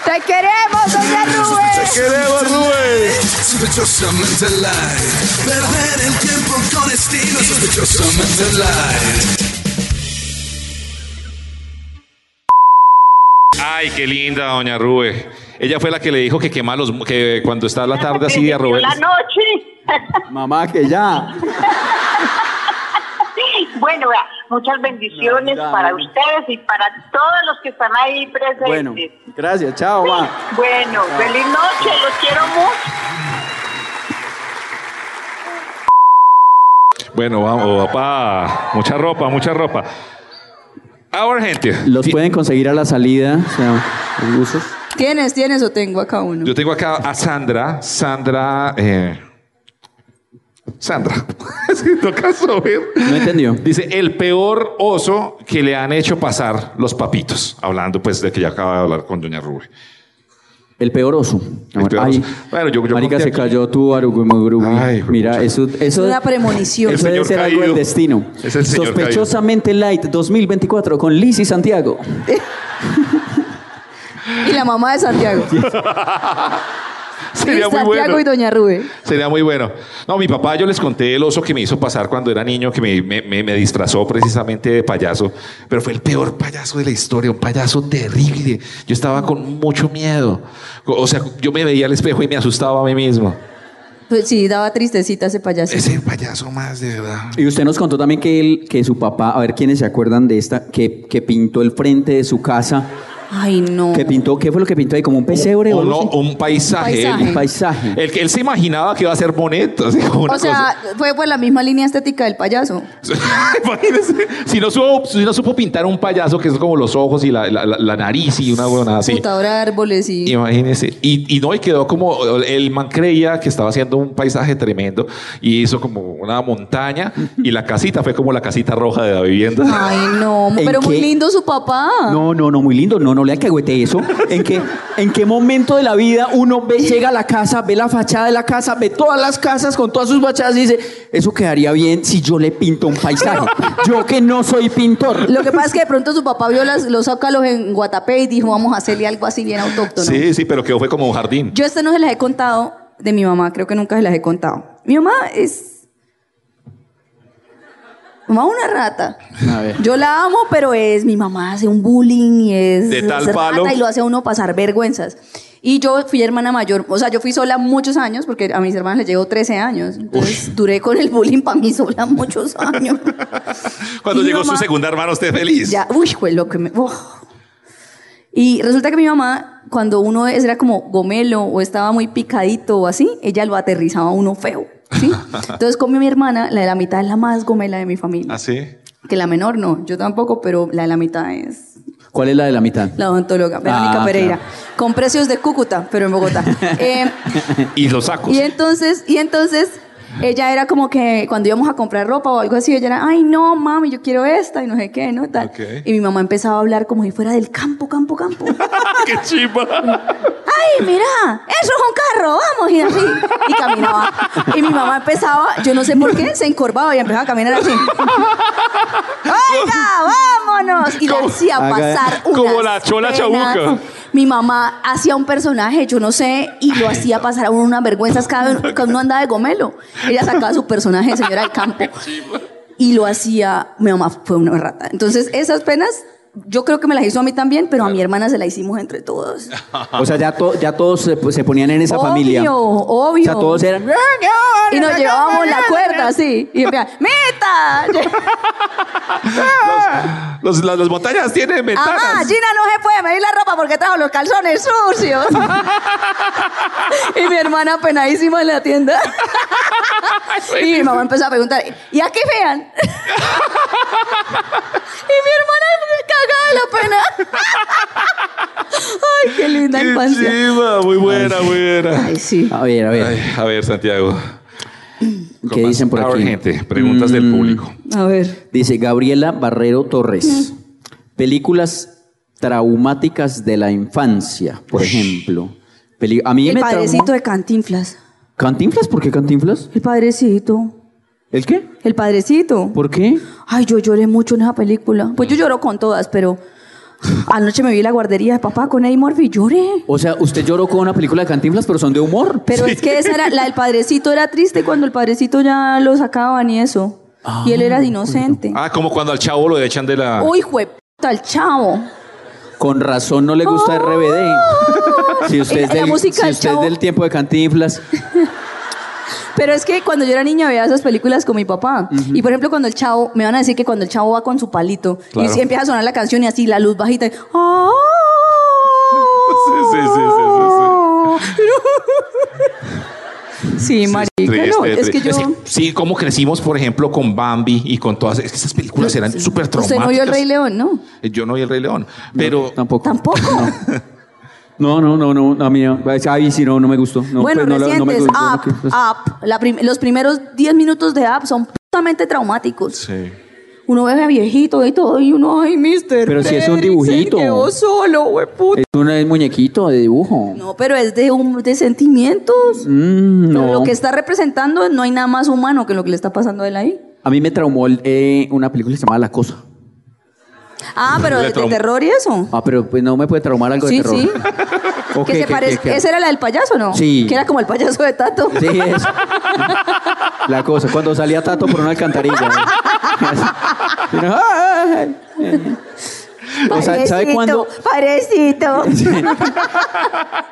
Te queremos, doña Rubén. queremos, Rubén! Sospechosamente light. Perder el tiempo con estilo. Sospechosamente light. Ay, qué linda, doña Rube. Ella fue la que le dijo que quema los mu- que cuando está la tarde así de Rubén. La noche. Mamá, que ya. Bueno, vea, muchas bendiciones Navidad. para ustedes y para todos los que están ahí presentes. Bueno, Bueno, gracias, chao, ma. feliz noche, los quiero mucho. Bueno, vamos, oh, papá. Mucha ropa, mucha ropa. Ahora, gente. Los ti- pueden conseguir a la salida, o sea, los buzos. ¿Tienes, tienes o tengo acá uno? Yo tengo acá a Sandra. Sandra. eh, Sandra. si toca saber. No entendió. Dice, el peor oso que le han hecho pasar los papitos. Hablando pues de que ya acaba de hablar con doña Rube. El peor oso. El peor Ay, oso. Bueno, yo- yo marica, conté se aquí. cayó tu arugumugrubi. Ay, Mira, eso, eso, Una premonición. El eso debe señor ser algo caído. del destino. Es el señor Sospechosamente Light 2024 con Liz y Santiago. Y la mamá de Santiago. Sería muy Santiago bueno. y doña Rubén. Sería muy bueno. No, mi papá, yo les conté el oso que me hizo pasar cuando era niño, que me, me- me- me disfrazó precisamente de payaso, pero fue el peor payaso de la historia, un payaso terrible. Yo estaba con mucho miedo. O sea, yo me veía al espejo y me asustaba a mí mismo. Pues sí, daba tristecita ese payaso. Ese payaso más, de verdad. Y usted nos contó también que, él, que su papá, a ver quiénes se acuerdan de esta, que, que pintó el frente de su casa. Ay, no. Que pintó, ¿qué fue lo que pintó ahí? ¿Como un pesebre o O no, algo así? un paisaje. Paisaje. Un paisaje. Él, él- él se imaginaba que iba a ser bonito. así como una O sea, cosa. fue por la misma línea estética del payaso. Imagínese, si no, supo, si no supo pintar un payaso que es como los ojos y la, la- la- la nariz y una huevonada así. Putadora de árboles y. Imagínese. Y, y no, y quedó como, el man creía que estaba haciendo un paisaje tremendo y hizo como una montaña y la casita fue como la casita roja de la vivienda. Ay, no. ¿En Pero muy qué? lindo su papá. Ah. No, no, no, muy lindo. No, no le alcahuete eso. ¿En qué, ¿En qué momento de la vida uno ve, llega a la casa, ve la fachada de la casa, ve todas las casas con todas sus fachadas y dice, eso quedaría bien si yo le pinto un paisaje? Yo que no soy pintor. Lo que pasa es que de pronto su papá vio las- los zócalos en Guatapé y dijo, vamos a hacerle algo así bien autóctono. Sí, sí, pero quedó fue como un jardín. Yo estas no se las he contado de mi mamá, creo que nunca se las he contado. Mi mamá es. Mamá es una rata. A ver. Yo la amo, pero es mi mamá hace un bullying y es De tal es rata palo. y lo hace a uno pasar vergüenzas. Y yo fui hermana mayor, o sea, yo fui sola muchos años porque a mis hermanas les llevo 13 años. Entonces duré con el bullying para mí sola muchos años. Cuando Y llegó mamá- su segunda hermana, usted feliz. ya, uy, fue lo que me. uf. Y resulta que mi mamá, cuando uno es- era como gomelo o estaba muy picadito o así, ella lo aterrizaba a uno feo. ¿sí? Entonces, con mi hermana, la de la mitad es la más gomela de mi familia. Así. Que la menor no, yo tampoco, pero la de la mitad es ¿Cuál es la de la mitad? la odontóloga, Verónica Ah, Pereira. claro. Con precios de Cúcuta, pero en Bogotá. Eh, Y los sacos. y entonces, y entonces ella era como que cuando íbamos a comprar ropa o algo así, ella era, ay no, mami, yo quiero esta y no sé qué, ¿no? Tal. Ok. Y mi mamá empezaba a hablar como si fuera del campo, campo, campo. ¡Qué chimba! ¡Ay, mira! ¡Eso es un carro! ¡Vamos! Y así. Y caminaba. Y mi mamá empezaba, yo no sé por qué, se encorvaba y empezaba a caminar así. ¡Oiga, vámonos! Y la Como- hacía Haga- pasar unas como la chola penas. chabuca. Mi mamá hacía un personaje, yo no sé, y lo hacía pasar a uno unas vergüenzas cada vez que uno andaba de gomelo. Ella sacaba su personaje de señora del campo. Y lo hacía, mi mamá fue una rata. Entonces, esas penas yo creo que me las hizo a mí también, pero a mi hermana se la hicimos entre todos. O sea, ya, to- ya todos se, pues, se ponían en esa obvio, familia. obvio. O sea, todos eran. Y nos llevábamos la cuerda así. Y decían, ¡Meta! Los- las, las montañas tienen ventanas. Amá, Gina no se puede medir la ropa porque trajo los calzones sucios. y mi hermana penadísima en la tienda. y mi mamá empezó a preguntar, ¿y a qué vean? y mi hermana cagada de la pena. Ay, qué linda infancia. Chiva, muy buena, muy buena. Ay, sí. A ver, a ver. Ay, a ver, Santiago. ¿Qué dicen por Ahora, aquí? Mm, gente, preguntas Mm. del público. A ver. Dice Gabriela Barrero Torres. Mm. Películas traumáticas de la infancia, por ejemplo. Peli- a mí El me traumó- padrecito de Cantinflas. ¿Cantinflas? ¿Por qué Cantinflas? El padrecito. ¿El qué? El padrecito. ¿Por qué? Ay, yo lloré mucho en esa película. Pues yo lloro con todas, pero anoche me vi en la guardería de papá con Eddie Murphy, lloré. O sea, usted lloró con una película de Cantinflas, pero son de humor. Pero es que esa era, la del padrecito era triste cuando el padrecito ya lo sacaban y eso. y él era inocente. Ah, como cuando al chavo lo echan de la. Uy, jueputa, el chavo. Con razón no le gusta RBD. Si usted, La- es Oh. la del, música si del usted es Chavo. del tiempo de Cantinflas, Pero es que cuando yo era niña veía esas películas con mi papá. Y por ejemplo, cuando el chavo, me van a decir que cuando el chavo va con su palito Claro. y si empieza a sonar la canción y así la luz bajita. y- ¡Ah! Sí, sí, sí, sí, Sí, marica, sí, sí. Triste, no, es que triste. yo. Sí, sí, como crecimos, por ejemplo, con Bambi y con todas. Es que esas películas eran súper Usted traumáticas. Eh, no vio el Rey León, ¿no? Yo no vi el Rey León. Pero. tampoco. Tampoco. No, no, no, no. A mí, no. Ay, sí, no, no me gustó. No, bueno, pues, no, la- recientes, Ah, no me gustó. no, Up, que- pues, Up. La prim- los primeros 10 minutos de Up son putamente traumáticos. Sí. Uno ve a viejito y todo, y uno, ay, mister. Pero si es un Perry, se dibujito. quedó solo, hueputa. Es un es muñequito de dibujo. No, pero es de, un- de sentimientos. Mm, Pero no. lo que está representando no hay nada más humano que lo que le está pasando a él ahí. A mí me traumó el- eh, una película llamada La Cosa. Ah, pero Le de, de traum- terror y eso. Mm, Ah, pero pues no me puede traumar algo Sí, de terror. sí. ¿O que qué, se qué, parece. qué, qué? Esa era la del payaso, ¿no? Sí. Que era como el payaso de Tato. Sí, es. La cosa, cuando salía Tato por una alcantarilla. ¿no? Y uno, ¡ay! O sea, ¿sabe Parecito, cuándo? Parecito.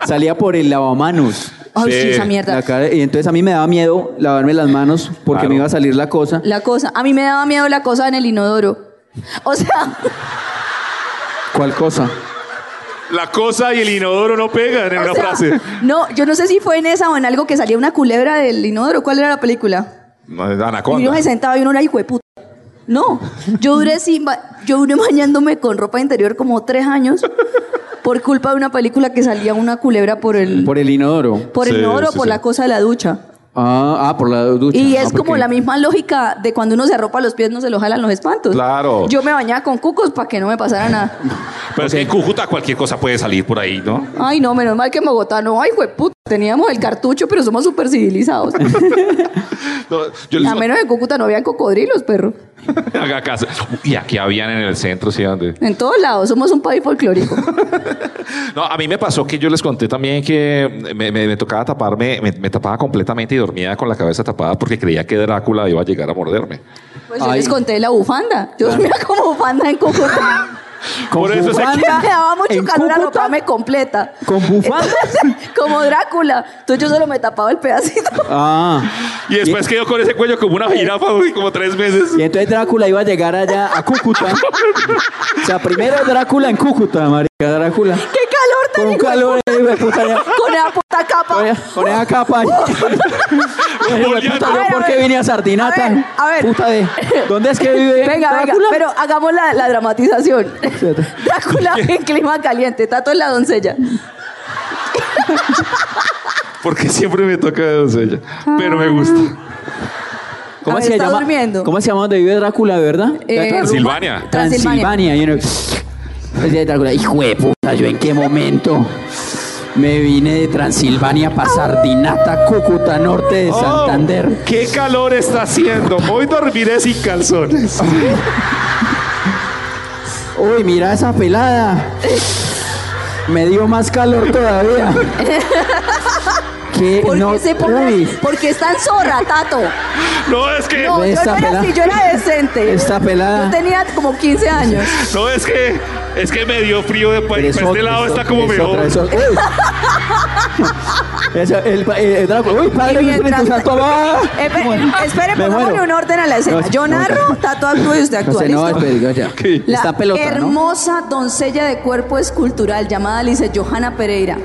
Salía por el lavamanos. Ay, sí, Sí. esa mierda. La cara- y entonces a mí me daba miedo lavarme las manos porque Claro. me iba a salir la cosa. La cosa. A mí me daba miedo la cosa en el inodoro. O sea, ¿Cuál cosa? La cosa y el inodoro no pegan en o una sea, frase. no, yo no sé si fue en esa o en algo que salía una culebra del inodoro. ¿Cuál era la película? No, es Y uno Anaconda. se sentaba y uno era hijo de puta. No, yo duré sin ba- yo duré bañándome con ropa interior como tres años por culpa de una película que salía una culebra por el por, Por el inodoro. el Sí, inodoro, sí, por sí. la cosa de la ducha. Ah, ah, por la ducha. Y Ah, es como porque- la misma lógica de cuando uno se arropa los pies no se lo jalan los espantos. Claro. Yo me bañaba con cucos para que no me pasara nada. Pero es que en Cúcuta cualquier cosa puede salir por ahí, ¿no? Ay, no, menos mal que en Bogotá no. Ay, puta, teníamos el cartucho, pero somos súper civilizados. No, yo les- A menos en Cúcuta no habían cocodrilos, perro. Haga caso. Y aquí habían en el centro, sí, donde. En todos lados, somos un país folclórico. No, a mí me pasó que yo les conté también que me, me- me tocaba taparme, me, me tapaba completamente y dormía con la cabeza tapada porque creía que Drácula iba a llegar a morderme. Pues yo Ay. les conté la bufanda. Yo dormía como bufanda en Cúcuta. Con Por eso se- Me bufanda daba mucho en calor Cúcuta. arroparme completa. ¿Con bufanda? Entonces, como Drácula. Entonces yo solo me tapaba el pedacito. Ah. Y después quedó con ese cuello como una jirafa, uy, como tres meses. Y entonces Drácula iba a llegar allá a Cúcuta. o sea, primero Drácula en Cúcuta, marica, Drácula. ¡Qué calor Con tan un hijo de calor eh, ahí, de puta, allá. Con esa puta capa. Con esa- Con esa capa ahí. Hijo de puta, A ver, ¿Yo por a qué ver. vine a Sardinata? A ver, a ver. Puta de... ¿Dónde es que vive Venga, venga, Drácula? pero hagamos la, la dramatización. Drácula en clima caliente, Tato en la doncella. Porque siempre me toca de doncella. Pero me gusta. ¿Cómo A ver, se está llama? durmiendo. ¿Cómo se llama donde vive Drácula, de verdad? Eh, Transilvania. Transilvania. Transilvania. Y uno... Decía Drácula, hijo de puta, ¿yo en qué momento me vine de Transilvania para Sardinata, Cúcuta, norte de Santander? Oh, ¡Qué calor está haciendo! Hoy dormiré sin calzones. Uy, mira esa pelada. Me dio más calor todavía. ¿Qué? ¿Por No, qué se pone uy. así? Porque es tan zorra, Tato. No, es que. No, yo Esta no era pelada. así, yo era decente. Esta pelada. Yo tenía como 15 años. No, es que. Es que me dio frío de pa- Pero es pa' este otra, lado es está otra, como es mejor. otra, es otra. Uy. Eso, el, pa- eh, el Drácula. Uy, padre, Y el Espíritu mientras- Santo va. Eh, pe- Bueno, espere, me pongámosle muero. un orden a la escena. No, yo no, narro, Tato actúa y No usted actúa. sé, no, ¿listo? espere, yo ya. La Está pelota, ¿no? hermosa doncella de cuerpo escultural llamada Lice Johanna Pereira.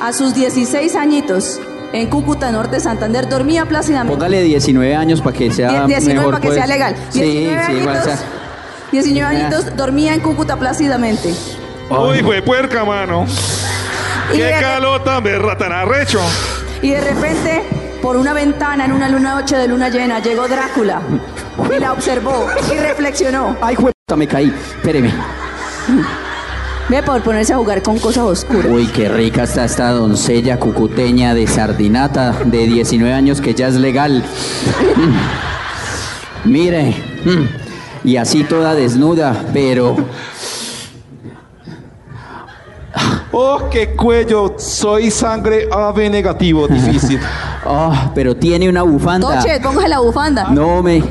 A sus 16 añitos, en Cúcuta Norte, Santander, dormía plácidamente. Póngale 19 años para que sea 19 mejor, para que pues. sea legal. Sí, 19 sí, igual, o sea, añitos, 19 añitos, dormía en Cúcuta plácidamente. Uy, fue puerca, mano. Y Qué de- calota, berra, tan arrecho. Y de repente, por una ventana en una luna noche de luna llena, llegó Drácula y la observó y reflexionó. Ay, jueputa, me caí. Espéreme. Ve por ponerse a jugar con cosas oscuras. Uy, qué rica está esta doncella cucuteña de sardinata de 19 años que ya es legal. Mm. Mire, mm, y así toda desnuda, pero Oh, qué cuello. Soy Eh, sangre AB negativo, difícil. oh, pero tiene una bufanda. Toche, póngase la bufanda. No me,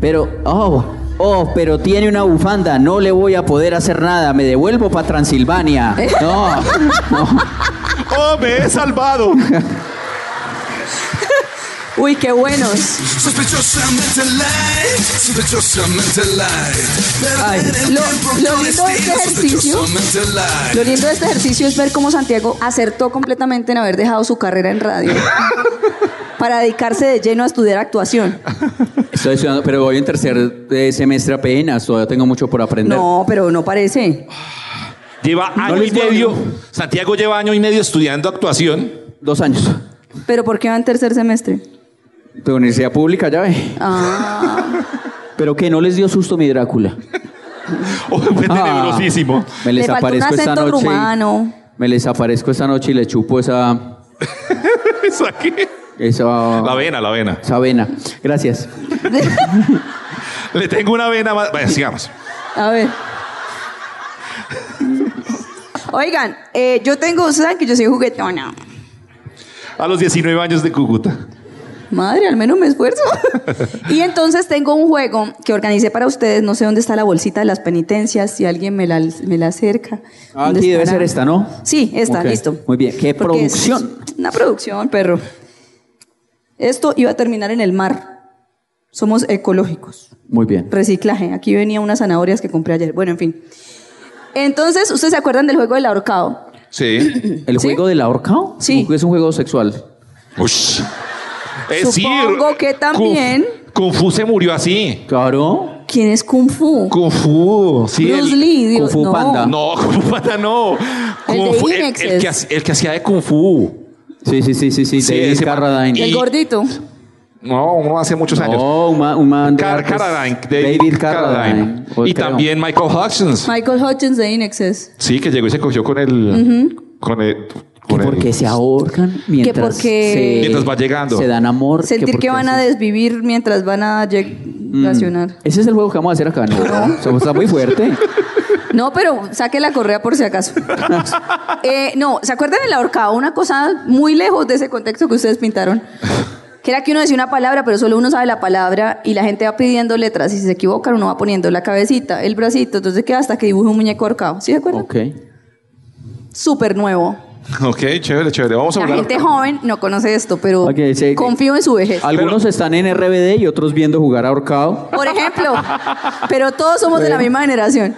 pero oh, oh, pero tiene una bufanda. No le voy a poder hacer nada. Me devuelvo para Transilvania. No, no. Oh, me he salvado. Uy, qué buenos. Sospechosamente light, sospechosamente light. Ay, lo, lo lindo de este ejercicio, Sospechosamente light. lo lindo de este ejercicio es ver cómo Santiago acertó completamente en haber dejado su carrera en radio para dedicarse de lleno a estudiar actuación. Estoy estudiando, pero voy en tercer eh, semestre apenas. Todavía tengo mucho por aprender. No, pero no parece. Lleva año y les digo. medio. Santiago lleva año y medio estudiando actuación. Dos años. Pero ¿por qué va en tercer semestre? De universidad pública, ya ve. Ah, Pero que no les dio susto mi Drácula. Oh, fue Ah, tenebrosísimo. Me le les faltó un aparezco esta acento noche. y- rumano. me les aparezco esta noche y le chupo esa. Eso aquí. Esa. La vena, la vena. Esa avena. Gracias. Le tengo una vena más. Vaya, sigamos. A ver. Oigan, eh, yo tengo, ustedes saben que yo soy juguetona. A los 19 años de Cúcuta. Madre, al menos me esfuerzo. y entonces tengo un juego que organicé para ustedes. No sé dónde está la bolsita de las penitencias, si alguien me la, me la acerca. Ah, ¿Dónde aquí debe estará? ser esta, ¿no? Sí, esta, Ok, listo. muy bien. ¿Qué Porque es producción? Una producción, perro. Esto iba a terminar en el mar. Somos ecológicos. Muy bien. Reciclaje. Aquí venía unas zanahorias que compré ayer. Bueno, en fin. Entonces, ¿ustedes se acuerdan del juego del ahorcado? Sí. ¿El ¿Sí? juego del ahorcado? Sí. Es un juego sexual. Ush. Supongo que también- Kung- Kung Fu se murió así. Claro. ¿Quién es Kung Fu? Kung Fu. Sí, Bruce el- Lee. Dios, Kung Fu no. Panda. No, Kung Fu Pata no. El Kung de Fu- el, Inexes. el que, hac- el que hacía de Kung Fu. Sí, sí, sí, sí, sí. Sí, David ese- Carradine. El Y- gordito. No, uno hace muchos años. No, un man, un man de Car- artes. Carradine, David Carradine. o Y creo. también Michael Hutchins. Michael Hutchins de Inexes. Sí, que llegó y se cogió con el. Con el. Que Con el- porque se ahorcan mientras, porque- se- Mientras va llegando. se dan amor. Sentir que porque van a se- desvivir mientras van a Mm. lleg- racionar. Ese es el juego que vamos a hacer acá. No, Eso está muy fuerte. No, pero saque la correa por si acaso. Eh, no, ¿se acuerdan del ahorcado? Una cosa muy lejos de ese contexto que ustedes pintaron. Que era que uno decía una palabra, pero solo uno sabe la palabra y la gente va pidiendo letras. Y si se equivocan, uno va poniendo la cabecita, el bracito. Entonces queda hasta que dibuje un muñeco ahorcado. ¿Sí se acuerdan? ok. Súper nuevo. Ok, chévere, chévere. Vamos a La hablar. gente joven no conoce esto, pero Ok, sí. confío en su vejez. Algunos están en RBD y otros viendo jugar ahorcado. Por ejemplo. Pero todos somos de la misma generación.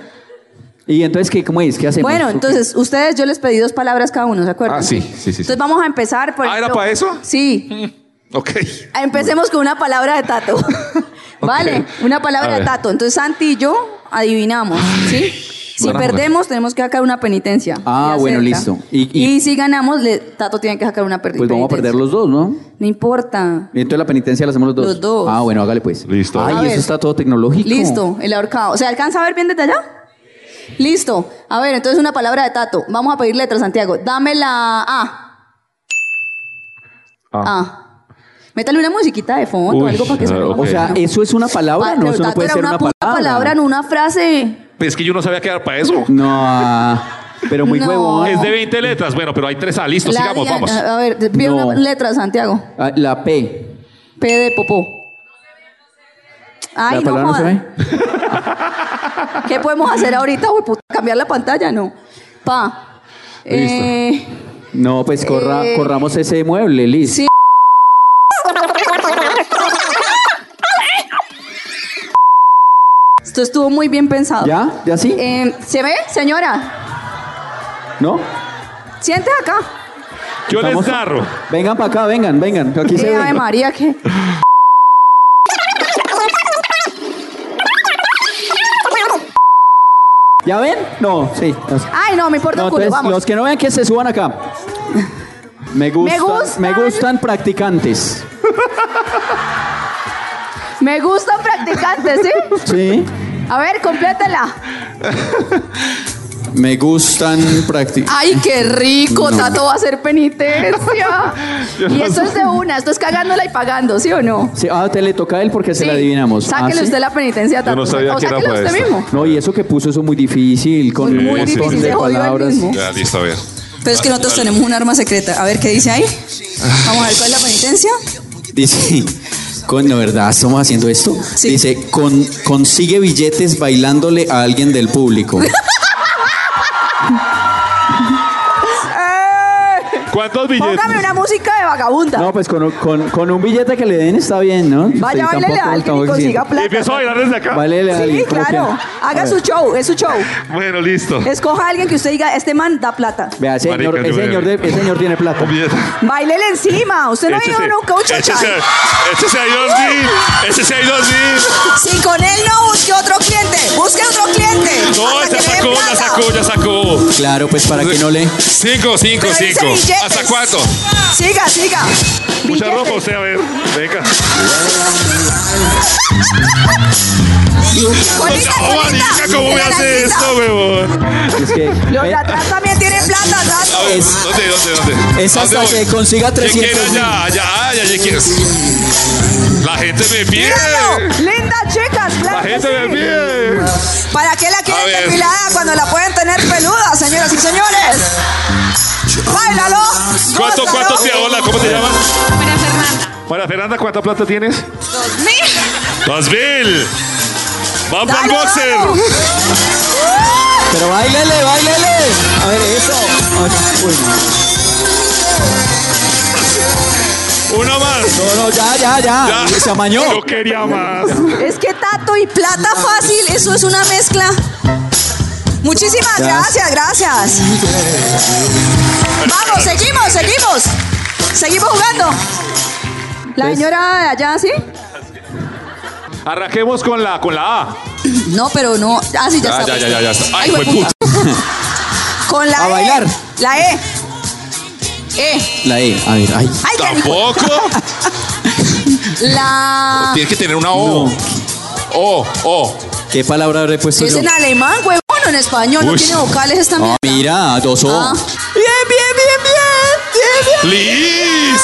Y entonces, ¿qué, ¿cómo es? ¿Qué hacemos? Bueno, Ok. entonces, ustedes, yo les pedí dos palabras cada uno, ¿se acuerdan? Ah, sí, sí, sí, sí. Entonces vamos a empezar por Ah, ¿era ejemplo- para eso? Sí. Ok. Empecemos con una palabra de Tato. Vale, una A palabra de ver. Tato. Entonces, Santi y yo adivinamos, ¿sí? Si buena perdemos, tenemos que sacar una penitencia. Ah, y bueno, hacerla. listo. Y- y- Y si ganamos, le- Tato tiene que sacar una per- Pues penitencia. vamos a perder los dos, ¿no? No importa. Y entonces la penitencia la hacemos los dos. Los dos. Ah, bueno, hágale pues. Listo. Ay, A eso ver. está todo tecnológico. Listo, el ahorcado. ¿Se alcanza a ver bien desde allá? Listo. A ver, entonces una palabra de Tato. Vamos a pedir letras, Santiago. Dame la A. Ah. Ah. A. Métale una musiquita de fondo, Uy, algo para que se ah, O sea, eso es una palabra, no, eso no puede era ser una una puta palabra. palabra, no una frase. Pues es que yo no sabía qué era para eso. No. ah. Pero muy No. huevón. Es de 20 letras. Bueno, pero hay tres. Ah, listo, La sigamos, dia- vamos. A ver, te pido No. una letra, Santiago. Ah, La P. P de popó. Ay, ¿La no, palabra no se joda. ve? ¿Qué podemos hacer ahorita, güey? puta? ¿Cambiar la pantalla? No. Pa. Listo. Eh, No, pues corra- Eh. corramos ese mueble, Liz. Sí. Esto estuvo muy bien pensado. ¿Ya? ¿Ya sí? Eh, ¿Se ve, señora? ¿No? Siente acá. Yo Estamos- les narro. Vengan para acá, vengan, vengan. Aquí se Eh, Ave ven. María, que. ¿Ya ven? No, sí. Ay, no, me importa No, un culo, entonces, vamos. los que no vean que se suban acá. Me gustan, me gustan- gustan, practicantes. Me gustan practicantes, ¿sí? Sí. A ver, complétela. Me gustan practicantes. Ay, qué rico, No. Tato va a hacer penitencia. y esto es de una, esto es cagándola y pagando, ¿sí o no? ah, te le toca a él porque se la adivinamos. Ah, Sáquele ¿sí? usted la penitencia, Tato. no sabía o que era sáquele para usted esto. mismo. No, y eso que puso eso muy difícil, con Muy un montón difícil, de se jodió él palabras. mismo. Ya, listo, a ver. Pero es que nosotros tenemos un arma secreta. A ver qué dice ahí. Vamos a ver cuál es la penitencia. Dice, con, ¿no verdad estamos haciendo esto? Dice, con, consigue billetes bailándole a alguien del público. ¿Cuántos Póngame una música de vagabunda. No, pues con, con- con un billete que le den está bien, ¿no? Vaya, Sí, bailele tampoco- a alguien y tampoco exige. consiga plata. Empiezo a bailar desde acá. Bailele a Sí, alguien, como claro. quiera. A Haga ver. su show, es su show. Bueno, listo. Escoja a alguien que usted diga, este man da plata. Vea, señor, Marica, el, yo me- señor de- el señor tiene plata. Bailele encima. Usted no ha ido Échese, nunca a un échese, chachán. échese ahí dos mil, échese ahí dos mil. Si con él no busque otro cliente, busque otro cliente. No, Hasta ya que le den sacó, ya plata. sacó, ya sacó. Claro, pues para que no le... Cinco, cinco, Pero dice cinco. billetes. ¿Hasta cuánto? Siga, siga. Mucha Billetes. ropa usted, a ver. Venga. Juanita, No, Juanita, marica, ¿cómo me mira la hace lista. esto, huevón? Es que, Los de ve, atrás también tienen plata, Tato. eh, Es, ¿Dónde, dónde, dónde? es ¿Dónde hasta voy? que consiga ¿Qué 300 quieres? Ya, ya, ya, ya quieres. La gente me pide. Míralo. Lindas chicas, claro. La que gente sí. me pide. ¿Para qué la A ver. quieren depilada cuando la pueden tener peluda, señoras y señores? ¡Báilalo! ¿Cuánto, gózalo. cuánto te hola? ¿Cómo te llamas? María Fernanda, ¿cuánta plata tienes? Dos mil. Vamos al Dale, boxer. vamos. pero bailele, bailele. A ver, eso. Ay, uy, Uno más. no, no, no, ya, ya, ya. Ya. Se amañó. Yo quería más. Es que Tato y plata. Plata fácil, eso es una mezcla. Muchísimas gracias, Gracias. gracias. Vamos, seguimos, seguimos. Seguimos jugando. La señora de allá, ¿sí? Arranquemos con la, con la A. No, pero no. Ah, sí, ya, Ya, está. ya, ya, ya, ya está. Ay, Ay, fue hueputa. puta. Con la A E. bailar. La E. E. La E, a ver, ay. Ay, qué rico. Tampoco. La. Tienes que tener una O. No. O, O. ¿Qué palabra habré puesto Es yo? en alemán, huevón, o en español. No Uy. tiene vocales esta Ah, mierda. mira, dos O. Ah. Bien, bien, bien, bien. Bien, Liz.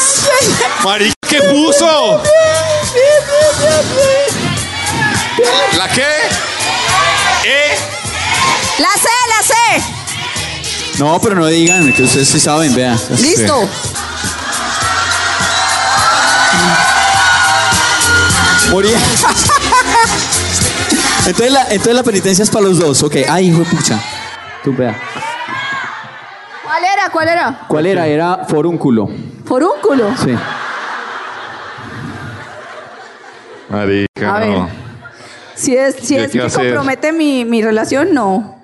Marica, ¿qué puso? ¿La qué? ¿Eh? E. bien. La C, la C. No, pero no digan, que ustedes sí saben, vean. Listo. Morí. Entonces la, entonces la penitencia es para los dos. Ok, ay, hijo de pucha. Tú, vea. ¿Cuál era? ¿Cuál era? ¿Cuál era? Era forúnculo. Forúnculo. Sí. Marica, A ver. no. Si es, si ¿Qué es qué que hacer? compromete mi, mi relación, no.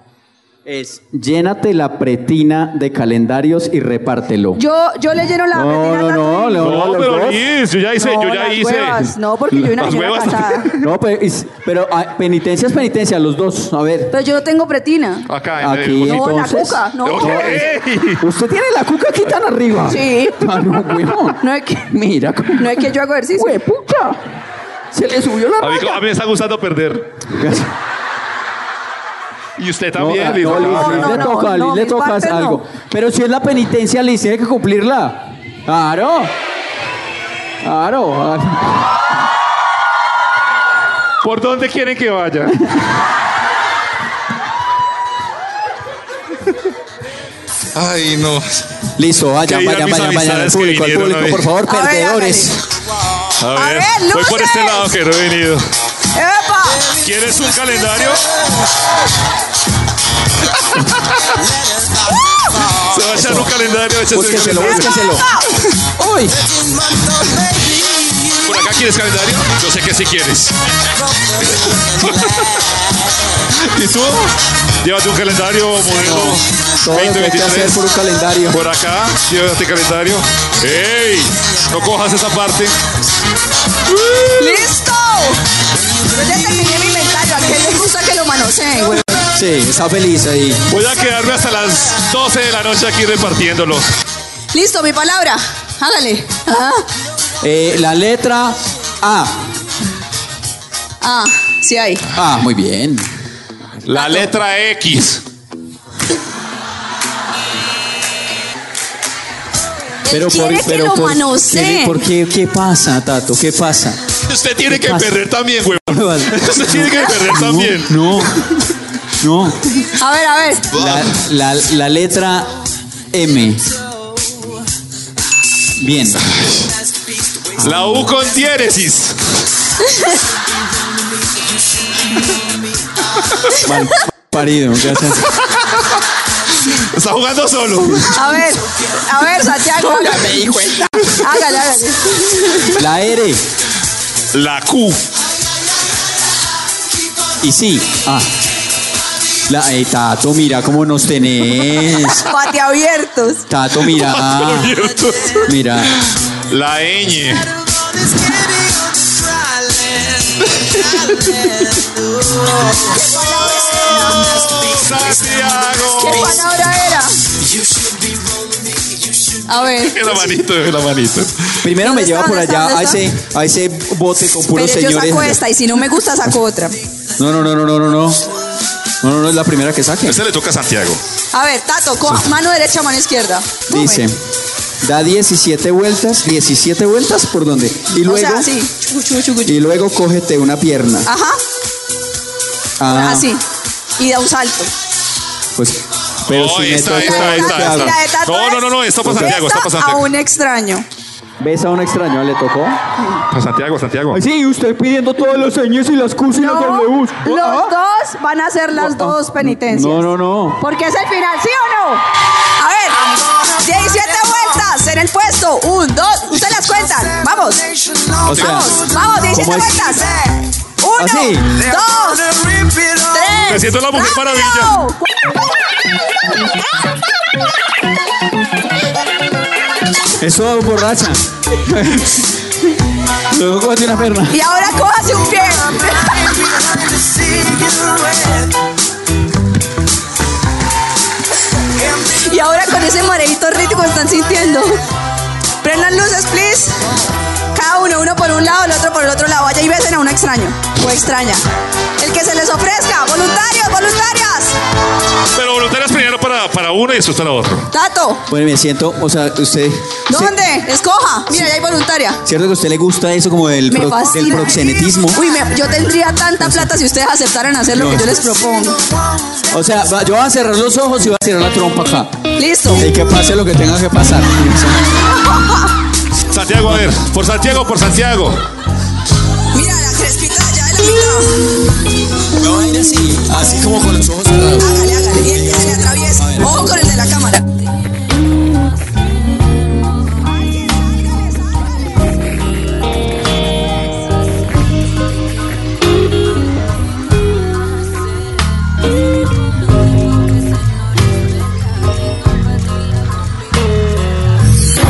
Es llénate la pretina de calendarios y repártelo. Yo, yo le lleno la No, retina no, a Tato no, no, y- No, los pero dos. Liz, yo ya hice, No, yo ya las hice. huevas, no, porque yo una Las señora huevas. casada. No, pero, es- pero ah, penitencia es penitencia, los dos. A ver. Pero yo no tengo pretina. Acá, en el Aquí, depósito. No, la entonces. cuca, no. Ah, pues Ok. Usted tiene la cuca aquí tan arriba. Sí. Ah, no, huevón. No es que, Mira, cómo- no es que yo hago ejercicio. ¡Huepucha! Se le subió la A mí, a raya. mí me está gustando perder. Y usted No, también, ah, Liz. no, Liz, acá. Liz No, le no, toca, no, Liz le mis toca partes no. algo. Pero si es la penitencia, Liz, tiene que cumplirla. Claro. Claro. ah. ¿Por dónde quieren que vaya? Ay, no. Listo, vayan, Que vayan, dirán mis vayan, vayan. Al amistades que público, al vinieron público, hoy. por favor, A ver, perdedores. A A ver, ver, voy por este luces. lado que no he venido. ¡Epa! ¿Quieres un calendario? Se va a echar un calendario, échate un Búsquenselo, calendario. búsquenselo. ¡Uy! Por acá quieres calendario? Yo sé que sí quieres. ¿Y tú? Llévate un calendario modelo Todo lo que hay que hacer 2023. por un calendario. Por acá, llévate calendario. ¡Ey! No cojas esa parte. ¡Listo! Yo ya terminé mi inventario. ¿A quién le gusta que lo manoseen, güey? Sí, está feliz ahí. Voy a quedarme hasta las 12 de la noche aquí repartiéndolo. Listo, mi palabra. Hágale. Ah, Eh, la letra A. ah, sí hay. Ah, muy bien. La letra X. Pero por, quiere que pero lo por- manoseen. ¿qué le- ¿Por qué? ¿Qué pasa, Tato? ¿Qué pasa? Usted tiene que pasa? perder también, güey. Usted tiene que perder No, también. No, no. A ver, a ver. La, la- la letra M. Bien. La U con diéresis. Mal parido, gracias. Está jugando solo. A ver, a ver, Santiago. Hágale, hijo Hágale, hágale. La R. La Q. Y sí. Ah. La, eh, Tato, mira cómo nos tenés. Pate abiertos. Tato, mira. Mira. La ñ. ¿Qué Oh. Santiago. palabra era? A ver. La manito, la manito. Primero me lleva por allá a ese, a ese bote con puros Pero yo señores. saco esta y si no me gusta saco otra. No, no, no, no, no, no, no. No, no, no es la primera que saque. este Ese le toca a Santiago. A ver, Tato, coja mano derecha, mano izquierda. Dice, da 17 vueltas, 17 vueltas por donde. Y O luego, sea, así. Chucu, chucu, chucu, chucu. y luego cógete una pierna. Ajá, Ah, así. Y da un salto. Pues, pero No, si me esta, toca, esta, ¿qué esta, hago? esta. No, no, no, no, está para Santiago, está para Besa A Santiago. un extraño. ¿Ves a un extraño? ¿Le tocó? Para Santiago, Santiago. sí, usted pidiendo todas las señas y las Qs y Ah, No, los Oh, dos van a hacer las dos penitencias. No, no, no. Porque es el final, ¿sí o no? A ver, 17 vueltas en el puesto. Un, dos, ustedes las cuentan. Vamos, O sea, vamos, vamos, 17 ¿cómo es? vueltas. Uno, Así. dos, tres. Me siento la mujer maravilla. ¡Rápido! Eso es borracha. luego cógete una pierna. Y ahora cójase un pie. Y ahora con ese mareito rítmico están sintiendo. Prendan luces, please. Cada uno, uno por un lado, el otro por el otro lado. Vaya y besen a un extraño o extraña. El que se les ofrezca. Voluntarios, voluntarias. Pero voluntarias primero para, para uno y después para otro. Tato, Bueno, me siento, o sea, usted. ¿dónde? Escoja. Mira, ya hay voluntaria. ¿Cierto que a usted le gusta eso como del, Me pro- del fascina. proxenetismo? Uy, me- yo tendría tanta plata si ustedes aceptaran hacer lo que yo les propongo. O sea, va- yo voy a cerrar los ojos y voy a tirar la trompa acá. Listo. Y que pase lo que tenga que pasar. Santiago, a ver. Por Santiago, por Santiago. Mira la crespita ya de la mitad. No, así, así como con los ojos cerrados. Hágale, hágale. Y el que se le atraviesa. Ojo con el de la cámara.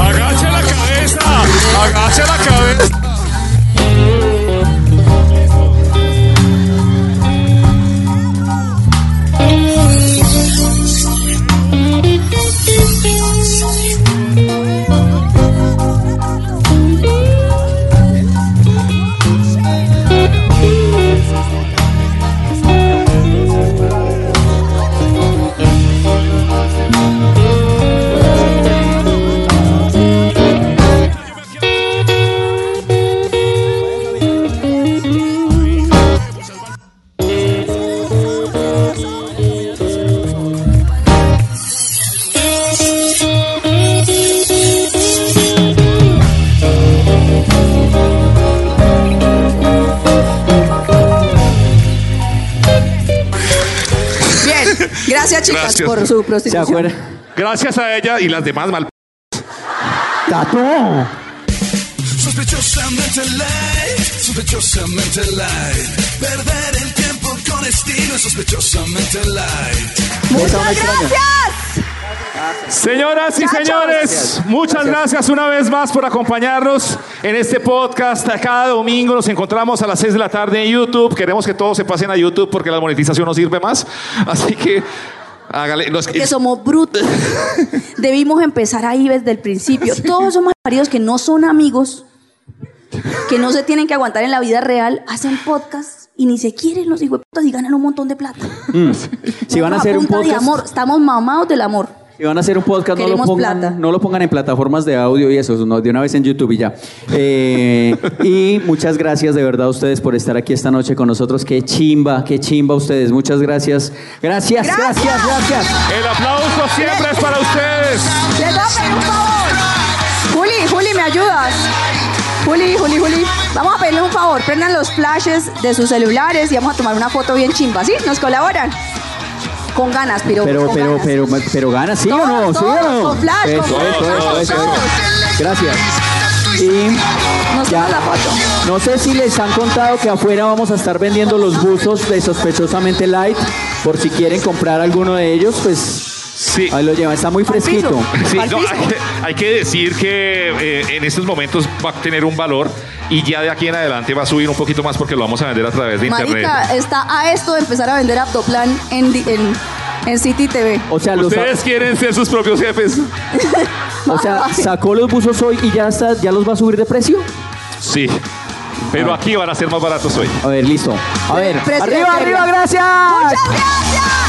Agacha la cabeza. Agacha la cabeza. bien. Gracias, chicas, Gracias. por su prostitución. Gracias a ella y las demás mal. ¡Tato! Sospechosamente light, sospechosamente light. Perder el tiempo con estilo es sospechosamente light. Muchas gracias. Señoras y señores, muchas gracias una vez más por acompañarnos en este podcast. Cada domingo nos encontramos a las 6 de la tarde en YouTube. Queremos que todos se pasen a YouTube porque la monetización no sirve más. Así que hágale. los- Que somos brutos. Debimos empezar ahí desde el principio. Todos somos maridos que no son amigos, que no se tienen que aguantar en la vida real, hacen podcast y ni se quieren los hijueputas y ganan un montón de plata. Mm. Si van a Una hacer un punta de podcast, amor, estamos mamados del amor. si van a hacer un podcast, no lo Queremos pongan, no lo pongan en plataformas de audio y eso, no, de una vez en YouTube y ya. Eh, y muchas gracias de verdad a ustedes por estar aquí esta noche con nosotros. Qué chimba, qué chimba ustedes. Muchas gracias. Gracias, gracias, gracias. El aplauso siempre es para ustedes. Les voy a pedir un favor. Juli, Juli, ¿me ayudas? Juli, Juli, Juli. Vamos a pedirle un favor. Prendan los flashes de sus celulares y vamos a tomar una foto bien chimba. ¿Sí? ¿Nos colaboran? Con ganas, pero. Pero, pero, pero, pero, gana, ¿sí o no? ¿Sí o no? Todos, con flash, Eso, con flash, eso, eso, todos, eso, todos. eso. Gracias. Y ya, no sé si les han contado que afuera vamos a estar vendiendo los buzos de sospechosamente light. Por si quieren comprar alguno de ellos, pues ahí lo llevan. Está muy fresquito. Sí, no, hay, que, hay que decir que eh, en estos momentos va a tener un valor y ya de aquí en adelante va a subir un poquito más porque lo vamos a vender a través de internet. Marica está a esto de empezar a vender Aptoplan en, di- en, en City TV. O sea, los- Ustedes quieren ser sus propios jefes. O sea, sacó los buzos hoy y ya está, ya los va a subir de precio. Sí. Pero aquí van a ser más baratos hoy. A ver, listo. A ver, Presidente. arriba, arriba, gracias. Muchas gracias.